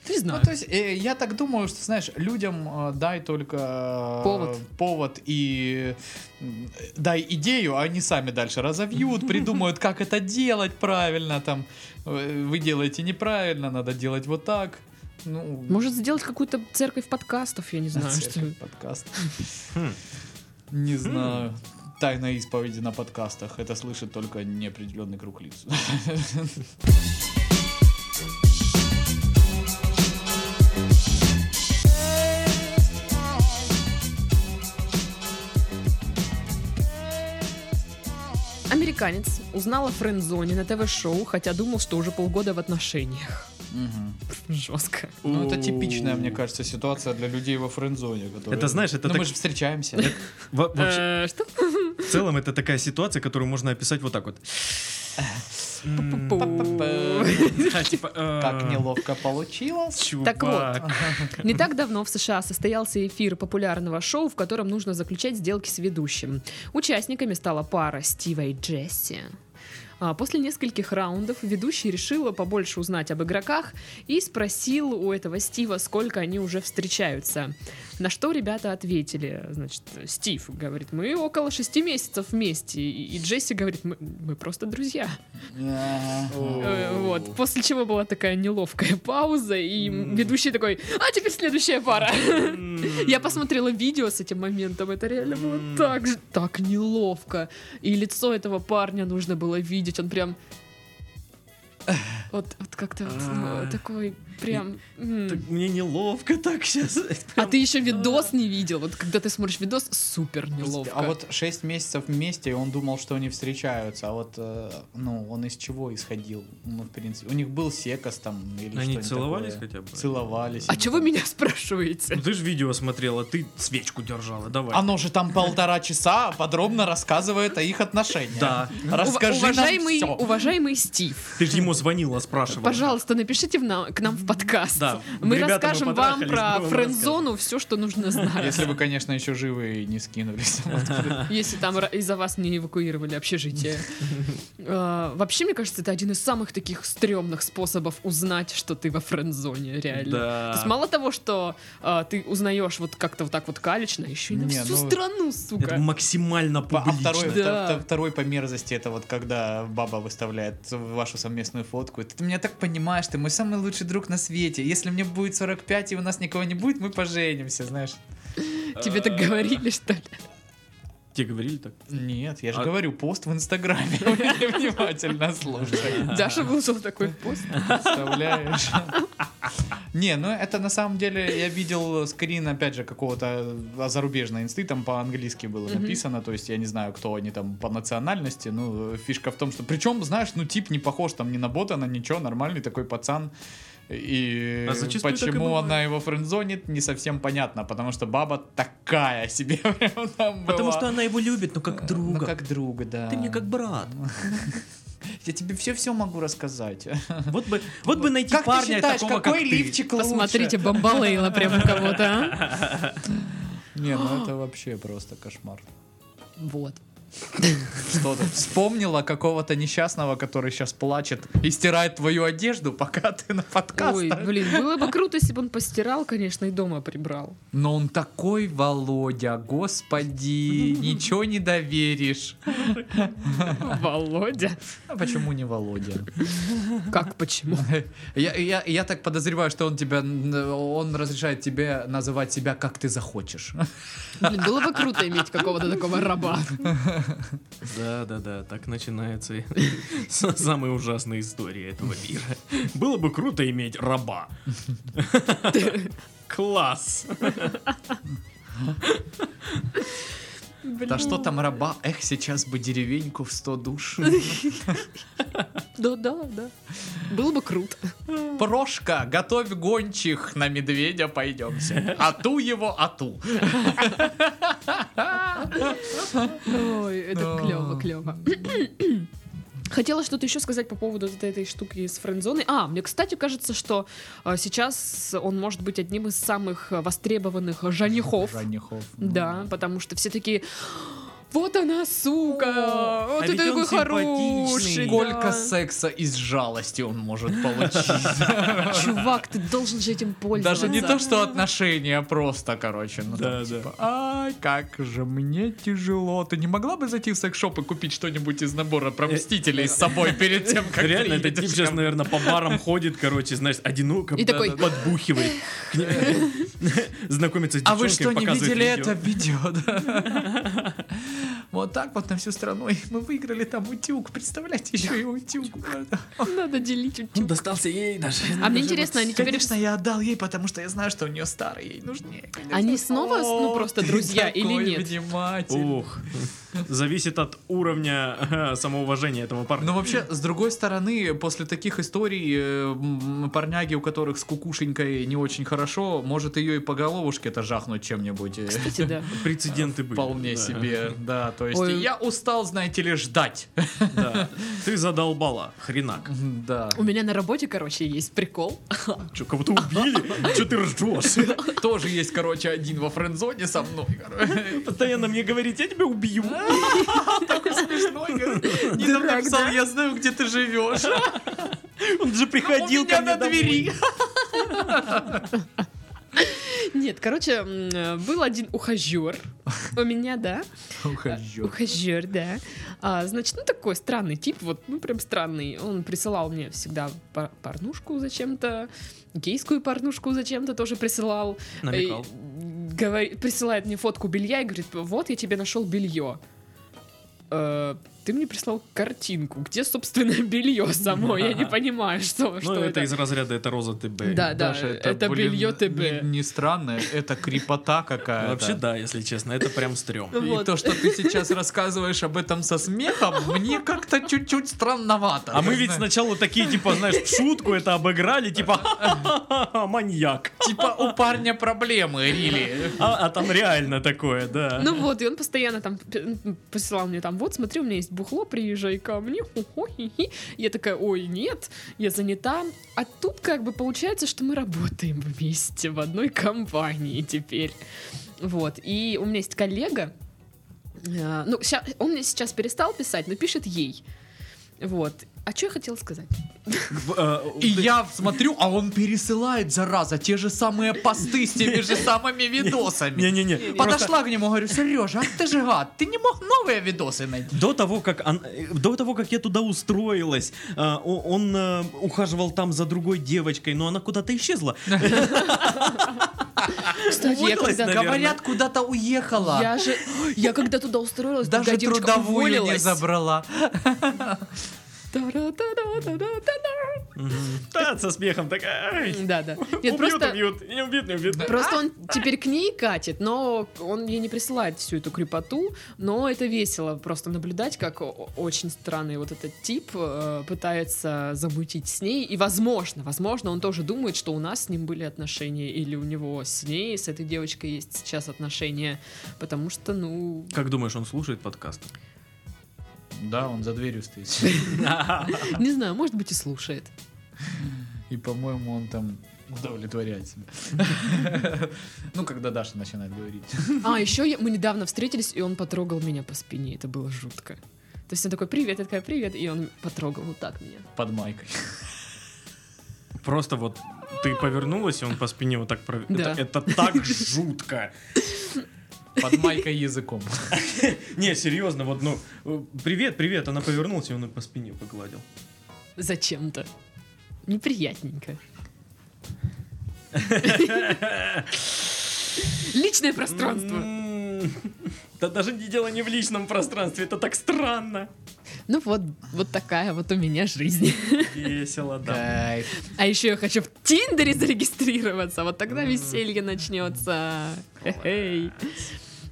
Speaker 2: не
Speaker 3: Ну,
Speaker 2: знаю.
Speaker 3: то есть, э, я так думаю, что, знаешь, людям э, дай только э,
Speaker 2: Повод.
Speaker 3: повод и м, дай идею, а они сами дальше разовьют, придумают, как это делать правильно, там, э, вы делаете неправильно, надо делать вот так. Ну,
Speaker 2: Может сделать какую-то церковь подкастов, я не знаю.
Speaker 3: церковь,
Speaker 2: что-
Speaker 3: подкаст.
Speaker 1: Хм.
Speaker 3: Не знаю. Тайна исповеди на подкастах. Это слышит только неопределенный круг лиц.
Speaker 2: Американец узнал о френдзоне на ТВ-шоу, хотя думал, что уже полгода в отношениях.
Speaker 3: Мгм.
Speaker 2: Жестко.
Speaker 3: Ну, это типичная,
Speaker 1: У.
Speaker 3: мне кажется, ситуация для людей во френдзоне. которые-
Speaker 1: Это, знаешь, это
Speaker 3: Ну,
Speaker 1: так-
Speaker 3: мы же встречаемся.
Speaker 1: Во- вообще,
Speaker 2: Э, Что?
Speaker 1: В целом, это такая ситуация, которую можно описать вот так вот. Да, типа, э,
Speaker 3: Как неловко получилось.
Speaker 2: Так
Speaker 1: чувак.
Speaker 2: Не так давно в США состоялся эфир популярного шоу, в котором нужно заключать сделки с ведущим. Участниками стала пара Стива и Джесси. А После нескольких раундов ведущий решила побольше узнать об игроках и спросил у этого Стива, сколько они уже встречаются. На что ребята ответили. Значит, Стив говорит, мы около шести месяцев вместе. И и Джесси говорит, мы, мы просто друзья. Э, Вот. После чего была такая неловкая пауза, и
Speaker 1: М.
Speaker 2: ведущий такой, а теперь следующая пара.
Speaker 1: М.
Speaker 2: Я посмотрела видео с этим моментом, это реально
Speaker 1: М.
Speaker 2: было так, ж- так неловко. И лицо этого парня нужно было видеть, он прям... Вот, вот как-то вот, ну,
Speaker 1: А.
Speaker 2: такой прям... м.
Speaker 1: Так Мне неловко так сейчас.
Speaker 2: А ты еще видос не видел, вот когда ты смотришь видос, супер
Speaker 3: Подожди,
Speaker 2: неловко.
Speaker 3: А вот 6 месяцев вместе, и он думал, что они встречаются. А вот, э, ну, он из чего исходил? Ну, в принципе, у них был секас там или
Speaker 1: Они
Speaker 3: что-нибудь
Speaker 1: целовались
Speaker 3: такое.
Speaker 1: хотя бы?
Speaker 3: Целовались.
Speaker 2: А чего вы меня спрашиваете?
Speaker 1: Ну, ты же видео смотрела, ты свечку держала, давай.
Speaker 3: Оно же там полтора часа подробно рассказывает о их отношениях.
Speaker 1: Да.
Speaker 3: Расскажи нам
Speaker 2: уважаемый,
Speaker 3: всё.
Speaker 2: уважаемый Стив,
Speaker 1: Ты же ему звонила, спрашивала.
Speaker 2: Пожалуйста, напишите в на- к нам в подкаст.
Speaker 1: Да,
Speaker 2: Мы
Speaker 1: ребята, мы
Speaker 2: расскажем вам
Speaker 1: потрахались,
Speaker 2: про
Speaker 1: мы вам
Speaker 2: френд-зону, все, что нужно знать,
Speaker 3: Если вы, конечно, еще живы и не скинулись.
Speaker 2: если там ра- из-за вас не эвакуировали общежитие. Э, Вообще, мне кажется, это один из самых таких стрёмных способов узнать, что ты во френд-зоне, реально. То есть
Speaker 1: Да.
Speaker 2: мало того, что э, ты узнаешь вот как-то вот так вот калечно, еще и на
Speaker 3: Не,
Speaker 2: всю
Speaker 3: ну,
Speaker 2: страну,
Speaker 1: Это
Speaker 2: сука.
Speaker 1: максимально
Speaker 3: А второй,
Speaker 1: публично.
Speaker 2: Да.
Speaker 3: втор- второй по мерзости это вот когда баба выставляет вашу совместную фотку. и Ты меня так понимаешь, ты мой самый лучший друг на свете. Если мне будет 45 и у нас никого не будет, мы поженимся, знаешь.
Speaker 2: Тебе так
Speaker 1: э,
Speaker 2: говорили, что ли?
Speaker 1: Тебе говорили так?
Speaker 3: Нет, я же
Speaker 1: А-
Speaker 3: говорю, пост в Инстаграме. Вы меня внимательно слушай.
Speaker 2: Даша выложил такой пост.
Speaker 3: Представляешь? Не, ну это на самом деле я видел скрин, опять же, какого-то э, зарубежной инсты, там по-английски было
Speaker 2: Мгм.
Speaker 3: написано, то есть я не знаю, кто они там по национальности, ну э, фишка в том, что, причем, знаешь, ну тип не похож там ни на бота, на ничего, нормальный такой пацан, И
Speaker 1: А зачастую так и
Speaker 3: почему
Speaker 1: бывает.
Speaker 3: она его френдзонит, не совсем понятно, потому что баба такая себе прям там
Speaker 4: Потому
Speaker 3: была.
Speaker 4: что она его любит, но как
Speaker 3: Ну,
Speaker 4: друга.
Speaker 3: как друга, да.
Speaker 4: Ты мне как брат.
Speaker 3: Я тебе все-все могу рассказать.
Speaker 4: Вот бы, вот бы найти
Speaker 3: Как ты
Speaker 4: парня
Speaker 3: считаешь,
Speaker 4: такого,
Speaker 3: какой
Speaker 4: как ты.
Speaker 3: лифчик лучше?
Speaker 2: Посмотрите, бомбалейла прям у кого-то, а?
Speaker 3: Не, ну это вообще просто кошмар.
Speaker 2: Вот.
Speaker 3: Что ты вспомнила какого-то несчастного, который сейчас плачет и стирает твою одежду, пока ты на
Speaker 2: Ой,
Speaker 3: подкастах?
Speaker 2: блин, было бы круто, если бы он постирал, конечно, и дома прибрал.
Speaker 3: Но он такой, Володя, господи, ничего не доверишь.
Speaker 2: Володя.
Speaker 3: А почему не Володя?
Speaker 2: Как, почему?
Speaker 3: Я, я, я так подозреваю, что он тебя, он разрешает тебе называть себя, как ты захочешь.
Speaker 2: Блин, было бы круто иметь какого-то такого раба.
Speaker 1: Да, да, да, так начинаются и с- самые ужасные истории этого мира. Было бы круто иметь раба. Класс.
Speaker 3: Да что там раба? Эх, сейчас бы деревеньку в 100 душ.
Speaker 2: Да, да, да. Было бы круто.
Speaker 3: Прошка, готовь гончих, на медведя пойдемся. Ату его, а ату.
Speaker 2: Ой, это
Speaker 3: Да.
Speaker 2: клево, клево. Хотела что-то еще сказать по поводу вот этой штуки с френдзоной. А, мне, кстати, кажется, что э, сейчас он может быть одним из самых э, востребованных женихов.
Speaker 3: Ранихов.
Speaker 2: Да, потому что все такие... Вот она, сука!
Speaker 1: а
Speaker 2: вот ты
Speaker 1: ведь он
Speaker 2: такой
Speaker 1: симпатичный».
Speaker 2: хороший!
Speaker 3: Сколько
Speaker 2: да.
Speaker 3: секса из жалости он может получить?
Speaker 2: Чувак, ты должен же этим пользоваться.
Speaker 3: Даже не то, что отношения, а просто, короче. Ну, там,
Speaker 1: Да, да.
Speaker 3: типа, ай, как же мне тяжело. Ты не могла бы зайти в секс-шоп и купить что-нибудь из набора про мстителей с собой перед тем, как ты
Speaker 1: Э, Реально, этот тип
Speaker 3: едешь
Speaker 1: сейчас,
Speaker 3: там?
Speaker 1: наверное, по барам ходит, короче, знаешь, одиноко
Speaker 2: И
Speaker 1: да,
Speaker 2: такой,
Speaker 1: да, подбухивает. К ней- Знакомится с
Speaker 3: А вы
Speaker 1: девчонкой,
Speaker 3: что, не
Speaker 1: показывает
Speaker 3: видели
Speaker 1: видео.
Speaker 3: это видео? да? Вот так вот на всю страну. И мы выиграли там утюг. Представляете, еще и утюг.
Speaker 2: Надо делить.
Speaker 1: Ну, достался ей даже.
Speaker 2: А мне интересно, они теперь...
Speaker 3: Конечно, я отдал ей, потому что я знаю, что у нее старый, ей нужнее. конечно.
Speaker 2: Они снова, ну,
Speaker 3: О,
Speaker 2: просто
Speaker 3: ты
Speaker 2: друзья или
Speaker 3: такой
Speaker 2: нет?
Speaker 3: внимательный.
Speaker 1: Ух, зависит от уровня э, самоуважения этого парня.
Speaker 3: Ну вообще, с другой стороны, после таких историй э, м, парняги, у которых с кукушенькой не очень хорошо, может ее и по головушке-то жахнуть чем-нибудь. э,
Speaker 2: Кстати, да.
Speaker 1: Прецеденты были.
Speaker 3: Вполне
Speaker 1: да.
Speaker 3: себе, да. То есть
Speaker 2: Ой.
Speaker 3: я устал, знаете ли, ждать.
Speaker 1: Да. Ты задолбала, хренак.
Speaker 3: Да.
Speaker 2: У меня на работе, короче, есть прикол.
Speaker 1: Че, кого-то убили? Че ты ржешь?
Speaker 3: Тоже есть, короче, один во френдзоне со мной. короче.
Speaker 1: Постоянно мне говорит, я тебя убью.
Speaker 3: Такой смешной. говорит. Не написал, я знаю, где ты живешь.
Speaker 1: Он же
Speaker 3: А У меня на двери.
Speaker 2: Нет, короче, м, э, был один ухажер у меня, да.
Speaker 3: Ухожу.
Speaker 2: Ухажер, да. А, значит, ну такой странный тип, вот, ну прям странный. Он присылал мне всегда пар- порнушку зачем-то, гейскую порнушку зачем-то тоже присылал.
Speaker 1: Намекал.
Speaker 2: И Э, говори- присылает мне фотку белья и говорит, вот я тебе нашел белье. Э, ты мне прислал картинку, где, собственно, белье само. Я не понимаю, что,
Speaker 1: Ну,
Speaker 2: что
Speaker 1: это из разряда «Это роза ТБ».
Speaker 2: Да, да,
Speaker 3: Даша,
Speaker 2: это
Speaker 3: блин,
Speaker 2: белье
Speaker 3: Не,
Speaker 2: ТБ.
Speaker 3: не странно, это крепота какая-то.
Speaker 1: Вообще да, если честно, это прям стрём.
Speaker 3: И
Speaker 2: Вот.
Speaker 3: то, что ты сейчас рассказываешь об этом со смехом, мне как-то чуть-чуть странновато.
Speaker 1: А мы ведь сначала такие, типа, знаешь, в шутку это обыграли, типа, «Ха-ха-ха, маньяк.
Speaker 3: Типа у парня проблемы, Рили.
Speaker 1: А, а там реально такое, да.
Speaker 2: Ну вот, и он постоянно там п- посылал мне там, вот, смотри, у меня есть бухло, приезжай ко мне, ху-ху, хи-хи. Я такая, ой, нет, я занята. А тут как бы получается, что мы работаем вместе в одной компании теперь. Вот, и у меня есть коллега, э, ну, ща- он мне сейчас перестал писать, но пишет ей. Вот. А что я хотела сказать?
Speaker 1: В- э,
Speaker 3: И
Speaker 1: ты-
Speaker 3: я смотрю, а он пересылает, зараза, те же самые посты с теми же самыми видосами.
Speaker 1: Не-не-не, просто
Speaker 3: Подошла к нему, говорю, Сережа, ах ты же гад, ты не мог новые видосы найти.
Speaker 1: До того, как он- э, до того, как я туда устроилась, э, о- он э, ухаживал там за другой девочкой, но она куда-то исчезла.
Speaker 2: Кстати, я
Speaker 1: Уволилась,
Speaker 2: когда,
Speaker 1: наверное.
Speaker 3: Говорят, куда-то уехала.
Speaker 2: я же, я когда туда устроилась,
Speaker 3: Даже
Speaker 2: когда девочка
Speaker 3: трудовую не
Speaker 2: уволилась,
Speaker 3: забрала.
Speaker 2: Та-ра-та-ра-та-ра-та-ра.
Speaker 1: Да, со смехом такая. «Ай,
Speaker 2: Да, да. Нет,
Speaker 1: Убьют,
Speaker 2: просто...
Speaker 1: убьют, не убьют, не убьют.
Speaker 2: Просто он теперь к ней катит, но он ей не присылает всю эту крепоту, но это весело просто наблюдать, как о- очень странный вот этот тип э, пытается замутить с ней, и возможно, возможно, он тоже думает, что у нас с ним были отношения, или у него с ней, с этой девочкой есть сейчас отношения, потому что, ну,
Speaker 1: Как думаешь, он слушает подкаст?
Speaker 3: Да, он за дверью стоит.
Speaker 2: не знаю, может быть и слушает.
Speaker 3: И, по-моему, он там удовлетворяет себя. Ну, когда Даша начинает говорить.
Speaker 2: А, еще я- мы недавно встретились, и он потрогал меня по спине, это было жутко. То есть он такой, привет, я такая, привет, и он потрогал вот так меня.
Speaker 3: Под майкой.
Speaker 1: Просто вот ты повернулась, и он по спине вот так... пров-
Speaker 2: Да.
Speaker 1: Это, это так жутко.
Speaker 3: Под майкой языком.
Speaker 1: Не, серьезно, вот, ну, э, привет, привет, она повернулась, и он ее по спине погладил.
Speaker 2: Зачем-то. Неприятненько. Личное пространство.
Speaker 1: М, М-м-м. Да даже не дело не в личном пространстве, это так странно.
Speaker 2: Ну вот, вот такая вот у меня жизнь.
Speaker 1: Весело, да.
Speaker 3: Кайф.
Speaker 2: А еще я хочу в Тиндере зарегистрироваться, вот тогда веселье начнется. Хе-хей.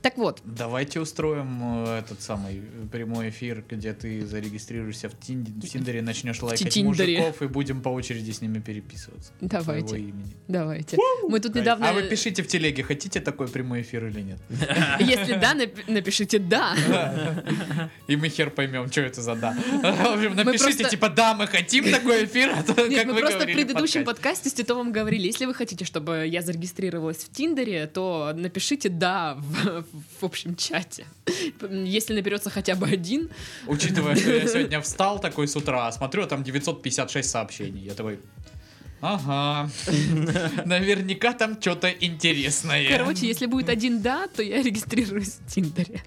Speaker 2: Так вот,
Speaker 3: Давайте устроим э, этот самый э, прямой эфир, где ты зарегистрируешься в Тинде- в Тиндере, начнешь лайкать
Speaker 2: Тиндере.
Speaker 3: мужиков и будем по очереди с ними переписываться.
Speaker 2: Давайте.
Speaker 3: Твоего имени.
Speaker 2: давайте. Мы тут
Speaker 1: Кайф.
Speaker 2: недавно...
Speaker 3: А вы пишите в телеге, хотите такой прямой эфир или нет?
Speaker 2: Если да, нап- напишите да.
Speaker 3: И мы хер поймем, что это за да. В общем, напишите,
Speaker 2: просто-
Speaker 3: типа, да, мы хотим такой эфир, а то,
Speaker 2: Нет,
Speaker 3: как
Speaker 2: мы
Speaker 3: вы
Speaker 2: просто в
Speaker 3: говорили,
Speaker 2: предыдущем
Speaker 3: подкаст.
Speaker 2: подкасте с Титовым говорили, если вы хотите, чтобы я зарегистрировалась в Тиндере, то напишите «да» в, в общем чате. Если наберется хотя бы один,
Speaker 3: Учитывая, что я сегодня встал такой с утра, смотрю, а там 956 сообщений. Я такой, ага, наверняка там что-то интересное.
Speaker 2: короче, если будет один «да», то я регистрируюсь в Тиндере.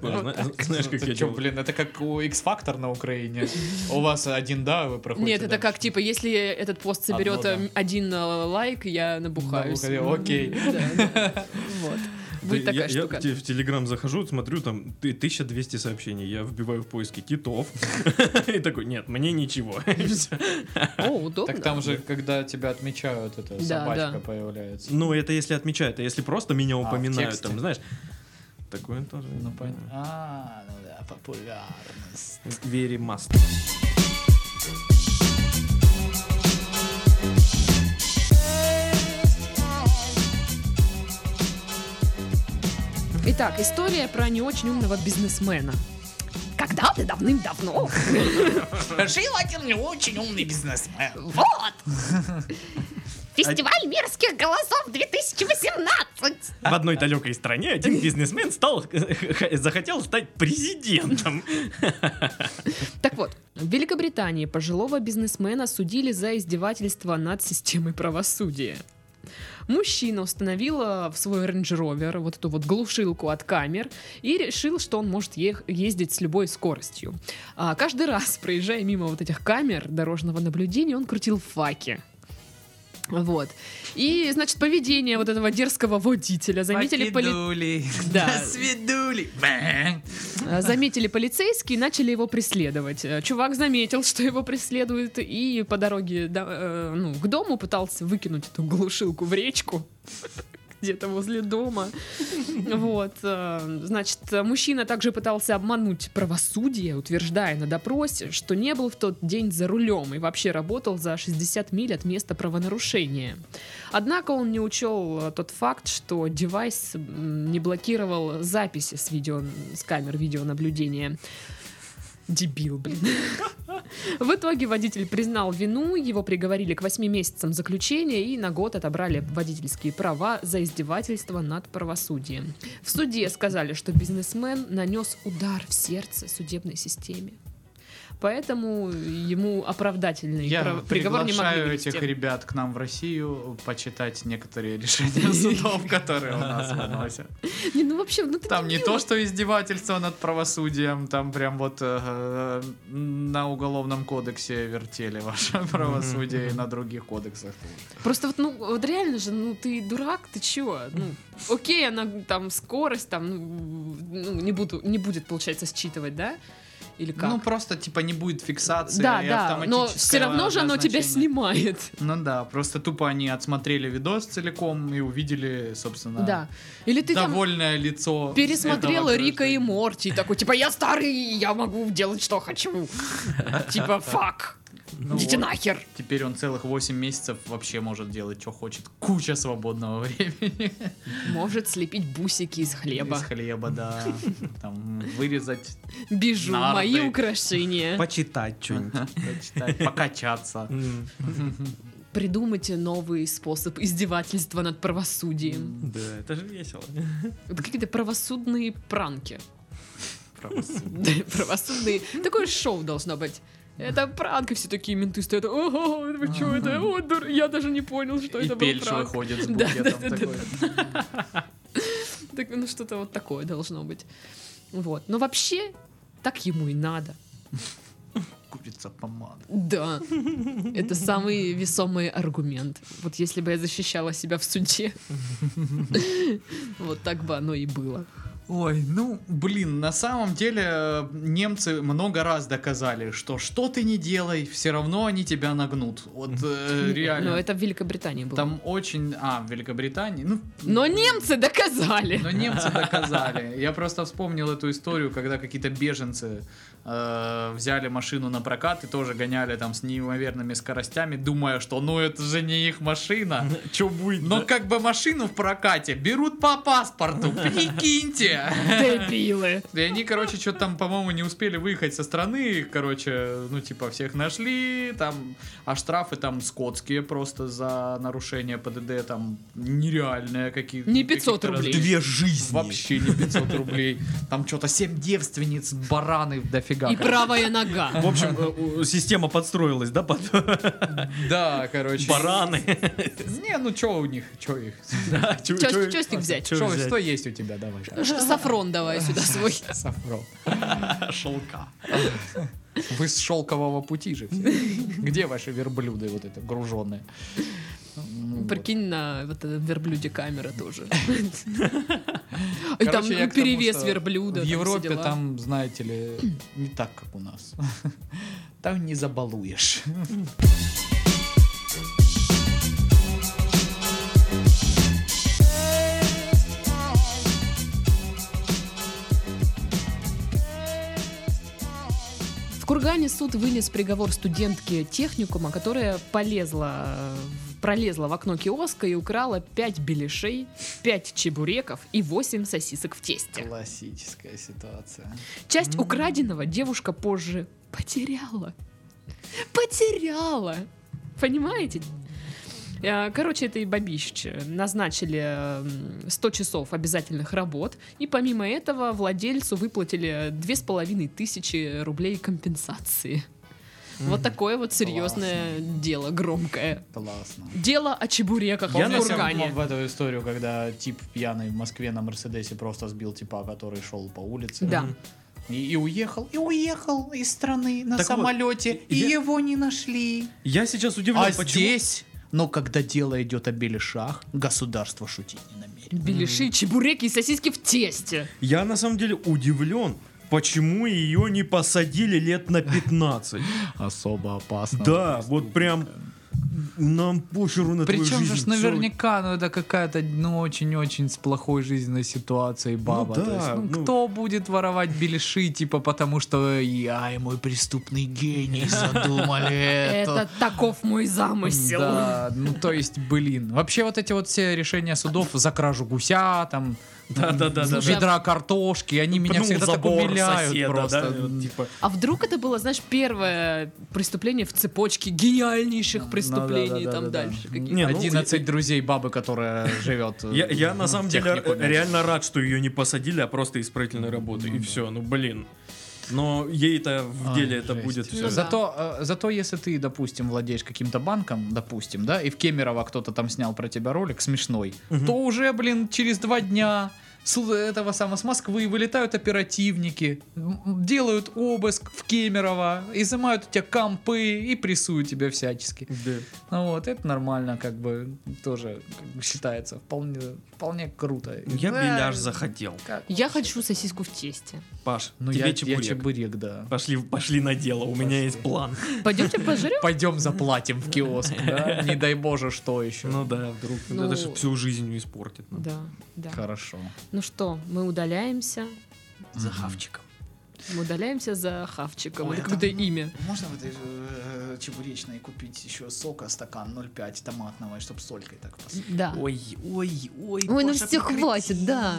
Speaker 1: Бля, зна- Знаешь, как
Speaker 3: Ты
Speaker 1: я
Speaker 3: чё,
Speaker 1: делаю?
Speaker 3: блин, это как у X-Factor на Украине. У вас один да, а вы проходите.
Speaker 2: Нет, это
Speaker 3: дальше.
Speaker 2: как, типа, если этот пост соберет
Speaker 3: Одно «да».
Speaker 2: э, один э, лайк, я набухаюсь.
Speaker 3: Набухаю, окей.
Speaker 2: Да, да. Вот. Будет
Speaker 1: Да,
Speaker 2: такая
Speaker 1: я, я
Speaker 2: штука.
Speaker 1: в те- в Телеграм захожу, смотрю, там ты- 1200 сообщений. Я вбиваю в поиски китов. И такой, нет, мне ничего. И всё.
Speaker 2: О, удобно.
Speaker 3: Так там же, когда тебя отмечают, эта
Speaker 2: Да, да.
Speaker 3: собачка появляется.
Speaker 1: Ну, это если отмечают, а если просто меня
Speaker 3: в
Speaker 1: упоминают,
Speaker 3: тексте.
Speaker 1: там, знаешь, такое тоже.
Speaker 3: Ну, понятно. А, ну да, популярность.
Speaker 1: Very must.
Speaker 2: Итак, история про не очень умного бизнесмена. Когда-то давным-давно
Speaker 3: Жил один не очень умный бизнесмен.
Speaker 2: Вот! Фестиваль мирских голосов 2018!
Speaker 1: В одной далекой стране один бизнесмен стал, захотел стать президентом.
Speaker 2: Так вот, в Великобритании пожилого бизнесмена судили за издевательство над системой правосудия. Мужчина установил э, в свой Range Rover вот эту вот глушилку от камер и решил, что он может ех- ездить с любой скоростью. А каждый раз, проезжая мимо вот этих камер дорожного наблюдения, он крутил факи. Вот. И, значит, поведение вот этого дерзкого водителя заметили поли... Да.
Speaker 3: Свидули.
Speaker 2: А, Заметили полицейские и начали его преследовать. Э, Чувак заметил, что его преследуют, и по дороге до- э, ну, к дому пытался выкинуть эту глушилку в речку. Где-то возле дома. Вот. э, Значит, э, мужчина также пытался обмануть правосудие, утверждая на допросе, что не был в тот день за рулем и вообще работал за 60 миль от места правонарушения. Однако он не учел э, тот факт, что девайс м, не блокировал записи с, видео, с камер видеонаблюдения. Дебил, блин. В итоге водитель признал вину, его приговорили к 8 месяцам заключения и на год отобрали водительские права за издевательство над правосудием. В суде сказали, что бизнесмен нанес удар в сердце судебной системе. Поэтому ему оправдательный
Speaker 3: Я
Speaker 2: прав- приговор не могли
Speaker 3: приглашаю
Speaker 2: вынести.
Speaker 3: этих ребят к нам в Россию почитать некоторые решения судов, которые у нас выносят.
Speaker 2: Не, ну вообще, ну ты
Speaker 3: Там не то, что издевательство над правосудием, там прям вот э, на уголовном кодексе вертели ваше правосудие и на других кодексах.
Speaker 2: Просто вот, ну, вот реально же, ну, ты дурак, ты чего? Ну, окей, она там скорость, там, ну, ну, не, буду, не будет, получается, считывать, да? Или как?
Speaker 3: Ну, просто, типа, не будет фиксации
Speaker 2: да,
Speaker 3: и
Speaker 2: да, но
Speaker 3: автоматического
Speaker 2: все равно же оно тебя
Speaker 3: назначения.
Speaker 2: снимает.
Speaker 3: Ну да, просто тупо они отсмотрели видос целиком и увидели, собственно,
Speaker 2: Да. Или ты там
Speaker 3: довольное лицо.
Speaker 2: пересмотрела
Speaker 3: этого
Speaker 2: Рика и
Speaker 3: гражданина.
Speaker 2: Морти, и такой, типа, я старый, я могу делать, что хочу. Типа, фак,
Speaker 3: Ну
Speaker 2: идите
Speaker 3: вот.
Speaker 2: нахер.
Speaker 3: Теперь он целых 8 месяцев вообще может делать, что хочет. Куча свободного времени.
Speaker 2: Может слепить бусики из хлеба.
Speaker 3: Из хлеба, да. Там вырезать,
Speaker 2: Бежу,
Speaker 3: нарды.
Speaker 2: мои украшения.
Speaker 4: Почитать что-нибудь.
Speaker 3: почитать, покачаться.
Speaker 4: М,
Speaker 2: Придумайте новый способ издевательства над правосудием.
Speaker 4: Да, это же весело.
Speaker 2: Вот какие-то правосудные пранки.
Speaker 3: Правосудие.
Speaker 2: Да, Правосудные. Такое шоу должно быть. Это пранк, и все такие менты стоят. Ого, вы что это? О, дур- я даже не понял, что
Speaker 3: И
Speaker 2: это был
Speaker 3: Пельш
Speaker 2: пранк.
Speaker 3: выходит с
Speaker 2: Да, да,
Speaker 3: букетом
Speaker 2: да, да,
Speaker 3: такой.
Speaker 2: Так, ну что-то вот такое должно быть. Вот. Но вообще так ему и надо.
Speaker 3: Курица помада.
Speaker 2: Да. Это самый весомый аргумент. Вот если бы я защищала себя в суде, вот так бы оно и было.
Speaker 3: Ой, ну, блин, на самом деле э, немцы много раз доказали, что что ты не делай, все равно они тебя нагнут. Вот э, реально.
Speaker 2: Но Ну, это в Великобритании было.
Speaker 3: Там очень... А, в Великобритании? Ну,
Speaker 2: Но немцы доказали.
Speaker 3: но немцы доказали. Я просто вспомнил эту историю, когда какие-то беженцы э, взяли машину на прокат и тоже гоняли там с неимоверными скоростями, думая, что ну это же не их машина.
Speaker 4: Че
Speaker 1: Ну,
Speaker 4: будет?
Speaker 3: Но как бы машину в прокате берут по паспорту, прикиньте!
Speaker 2: Дебилы.
Speaker 3: И они, короче, что-то там, по-моему, не успели выехать со страны, короче, ну, типа, всех нашли, там, а штрафы там скотские просто за нарушение ПДД, там, нереальные какие-то.
Speaker 2: Не 500
Speaker 3: каких-то раз-
Speaker 2: рублей.
Speaker 4: Две жизни.
Speaker 3: Вообще не 500 рублей. Там что-то 7 девственниц, бараны дофига.
Speaker 2: И
Speaker 3: короче.
Speaker 2: правая нога.
Speaker 1: В общем, э, у- система подстроилась, да, под
Speaker 3: Да, короче.
Speaker 1: бараны.
Speaker 3: Не, ну что у них, что их?
Speaker 1: Да, чё-
Speaker 2: Чё-
Speaker 1: чё-
Speaker 2: чё с них взять?
Speaker 1: чё
Speaker 3: Чё-
Speaker 1: взять?
Speaker 3: Что есть у тебя? Давай.
Speaker 2: Ш- Сафрон давай сюда свой.
Speaker 3: Сафро.
Speaker 1: Шелка.
Speaker 3: Вы с шелкового пути же. все. Где ваши верблюды вот это груженные? Ну, вот.
Speaker 2: Прикинь на вот этот верблюде камера тоже. И там
Speaker 3: Короче, я к тому,
Speaker 2: перевес
Speaker 3: что
Speaker 2: верблюда.
Speaker 3: В
Speaker 2: там все
Speaker 3: Европе
Speaker 2: дела.
Speaker 3: там, знаете ли, не так, как у нас. Там не забалуешь.
Speaker 2: В Кургане суд вынес приговор студентке техникума, которая полезла, э, в- пролезла в окно киоска и украла 5 беляшей, 5 чебуреков и 8 сосисок в тесте.
Speaker 3: Классическая ситуация.
Speaker 2: Часть украденного девушка позже потеряла. Потеряла! Понимаете? Э, Короче, этой бабище назначили э, м, 100 часов обязательных работ, и помимо этого владельцу выплатили 2500 рублей компенсации. Вот такое вот серьезное дело, громкое.
Speaker 3: Классно.
Speaker 2: Дело о чебуреках
Speaker 3: Я
Speaker 2: в Кургане.
Speaker 3: в эту историю, когда тип пьяный в Москве на Мерседесе просто сбил типа, который шел по улице.
Speaker 2: Да.
Speaker 3: И, и уехал, и уехал из страны на
Speaker 1: Так вот,
Speaker 3: самолете, и
Speaker 1: я-
Speaker 3: его не нашли.
Speaker 1: Я сейчас
Speaker 3: А
Speaker 1: удивлен, почему...
Speaker 3: здесь, но когда дело идет о беляшах, государство шутить не намерено.
Speaker 2: Беляши, чебуреки и сосиски в тесте.
Speaker 1: Я на самом деле удивлен, почему ее не посадили лет на 15.
Speaker 3: Особо опасно.
Speaker 1: Да, вот прям нам похеру на твою
Speaker 3: Причем
Speaker 1: жизнь.
Speaker 3: же ж
Speaker 1: Всё.
Speaker 3: наверняка, ну это какая-то, ну очень-очень с плохой жизненной ситуацией баба.
Speaker 1: да,
Speaker 3: То есть, ну,
Speaker 1: ну.
Speaker 3: кто будет воровать беляши, типа потому что я и мой преступный гений задумали это.
Speaker 2: Это таков мой замысел.
Speaker 3: Да, ну то есть, блин. Вообще вот эти вот все решения судов за кражу гуся, там,
Speaker 1: Да-да-да-да-да.
Speaker 3: ведра картошки, они меня
Speaker 1: Пнул
Speaker 3: всегда так
Speaker 1: Ну, забор
Speaker 3: умиляют
Speaker 1: соседа,
Speaker 3: просто.
Speaker 1: да, вот типа.
Speaker 2: А вдруг это было, знаешь, первое преступление в цепочке гениальнейших
Speaker 3: Ну да,
Speaker 2: преступлений
Speaker 3: да,
Speaker 2: там
Speaker 3: да, А да.
Speaker 2: дальше каких-то.
Speaker 1: Не, ну,
Speaker 3: 11 друзей бабы, которая живет. э,
Speaker 1: Я, я на
Speaker 3: в
Speaker 1: самом деле
Speaker 3: техникуме.
Speaker 1: реально рад, что ее не посадили, а просто исправительной работы. и все, ну блин. Но ей-то в
Speaker 3: Ай,
Speaker 1: деле это
Speaker 3: А, жесть.
Speaker 1: будет все.
Speaker 2: А, Ну да.
Speaker 3: Зато, э, зато если ты, допустим, владеешь каким-то банком, допустим, да, и в Кемерово кто-то там снял про тебя ролик смешной, то уже, блин, через два дня с л- этого самого, с Москвы вылетают оперативники, м, делают обыск в Кемерово, изымают у тебя компы и прессуют тебя всячески. Ну вот, это нормально, как бы, тоже как бы, считается вполне, вполне круто.
Speaker 1: Я
Speaker 3: Да,
Speaker 1: беляш захотел.
Speaker 3: как
Speaker 2: Я
Speaker 3: вообще?
Speaker 2: хочу сосиску в тесте.
Speaker 1: Паш,
Speaker 3: Ну,
Speaker 1: тебе
Speaker 3: я,
Speaker 1: чебурек.
Speaker 3: чебурек. я чебурек, да.
Speaker 1: Пошли, пошли на дело, у меня есть план.
Speaker 2: Пойдемте пожрем?
Speaker 3: Пойдем заплатим в киоск, да? Не дай боже, что еще.
Speaker 1: Ну да, вдруг.
Speaker 2: Ну-
Speaker 1: Это же всю жизнь испортит. ну. нам.
Speaker 2: Да, да.
Speaker 3: Хорошо.
Speaker 2: Ну что, мы удаляемся.
Speaker 1: За хавчиком.
Speaker 2: Мы удаляемся за хавчиком.
Speaker 3: Ой,
Speaker 2: Это
Speaker 3: это-
Speaker 2: какое-то имя.
Speaker 3: Можно в этой э, чебуречной купить еще сока, стакан 0,5 томатного, чтобы солькой так посыпать?
Speaker 2: Да.
Speaker 1: Ой, ой, ой.
Speaker 2: Ой, ну
Speaker 1: Паша,
Speaker 2: все,
Speaker 1: прекрати.
Speaker 2: хватит, да.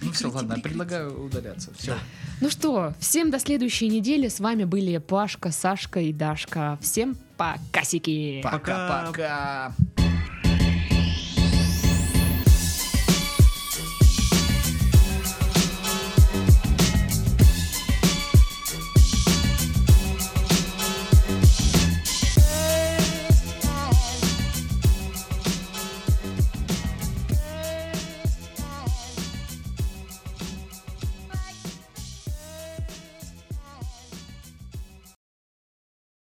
Speaker 3: Ну все, ладно, предлагаю удаляться. Все.
Speaker 2: Ну что, всем до следующей недели. С вами были Пашка, Сашка и Дашка. Всем покасики.
Speaker 3: Пока-пока.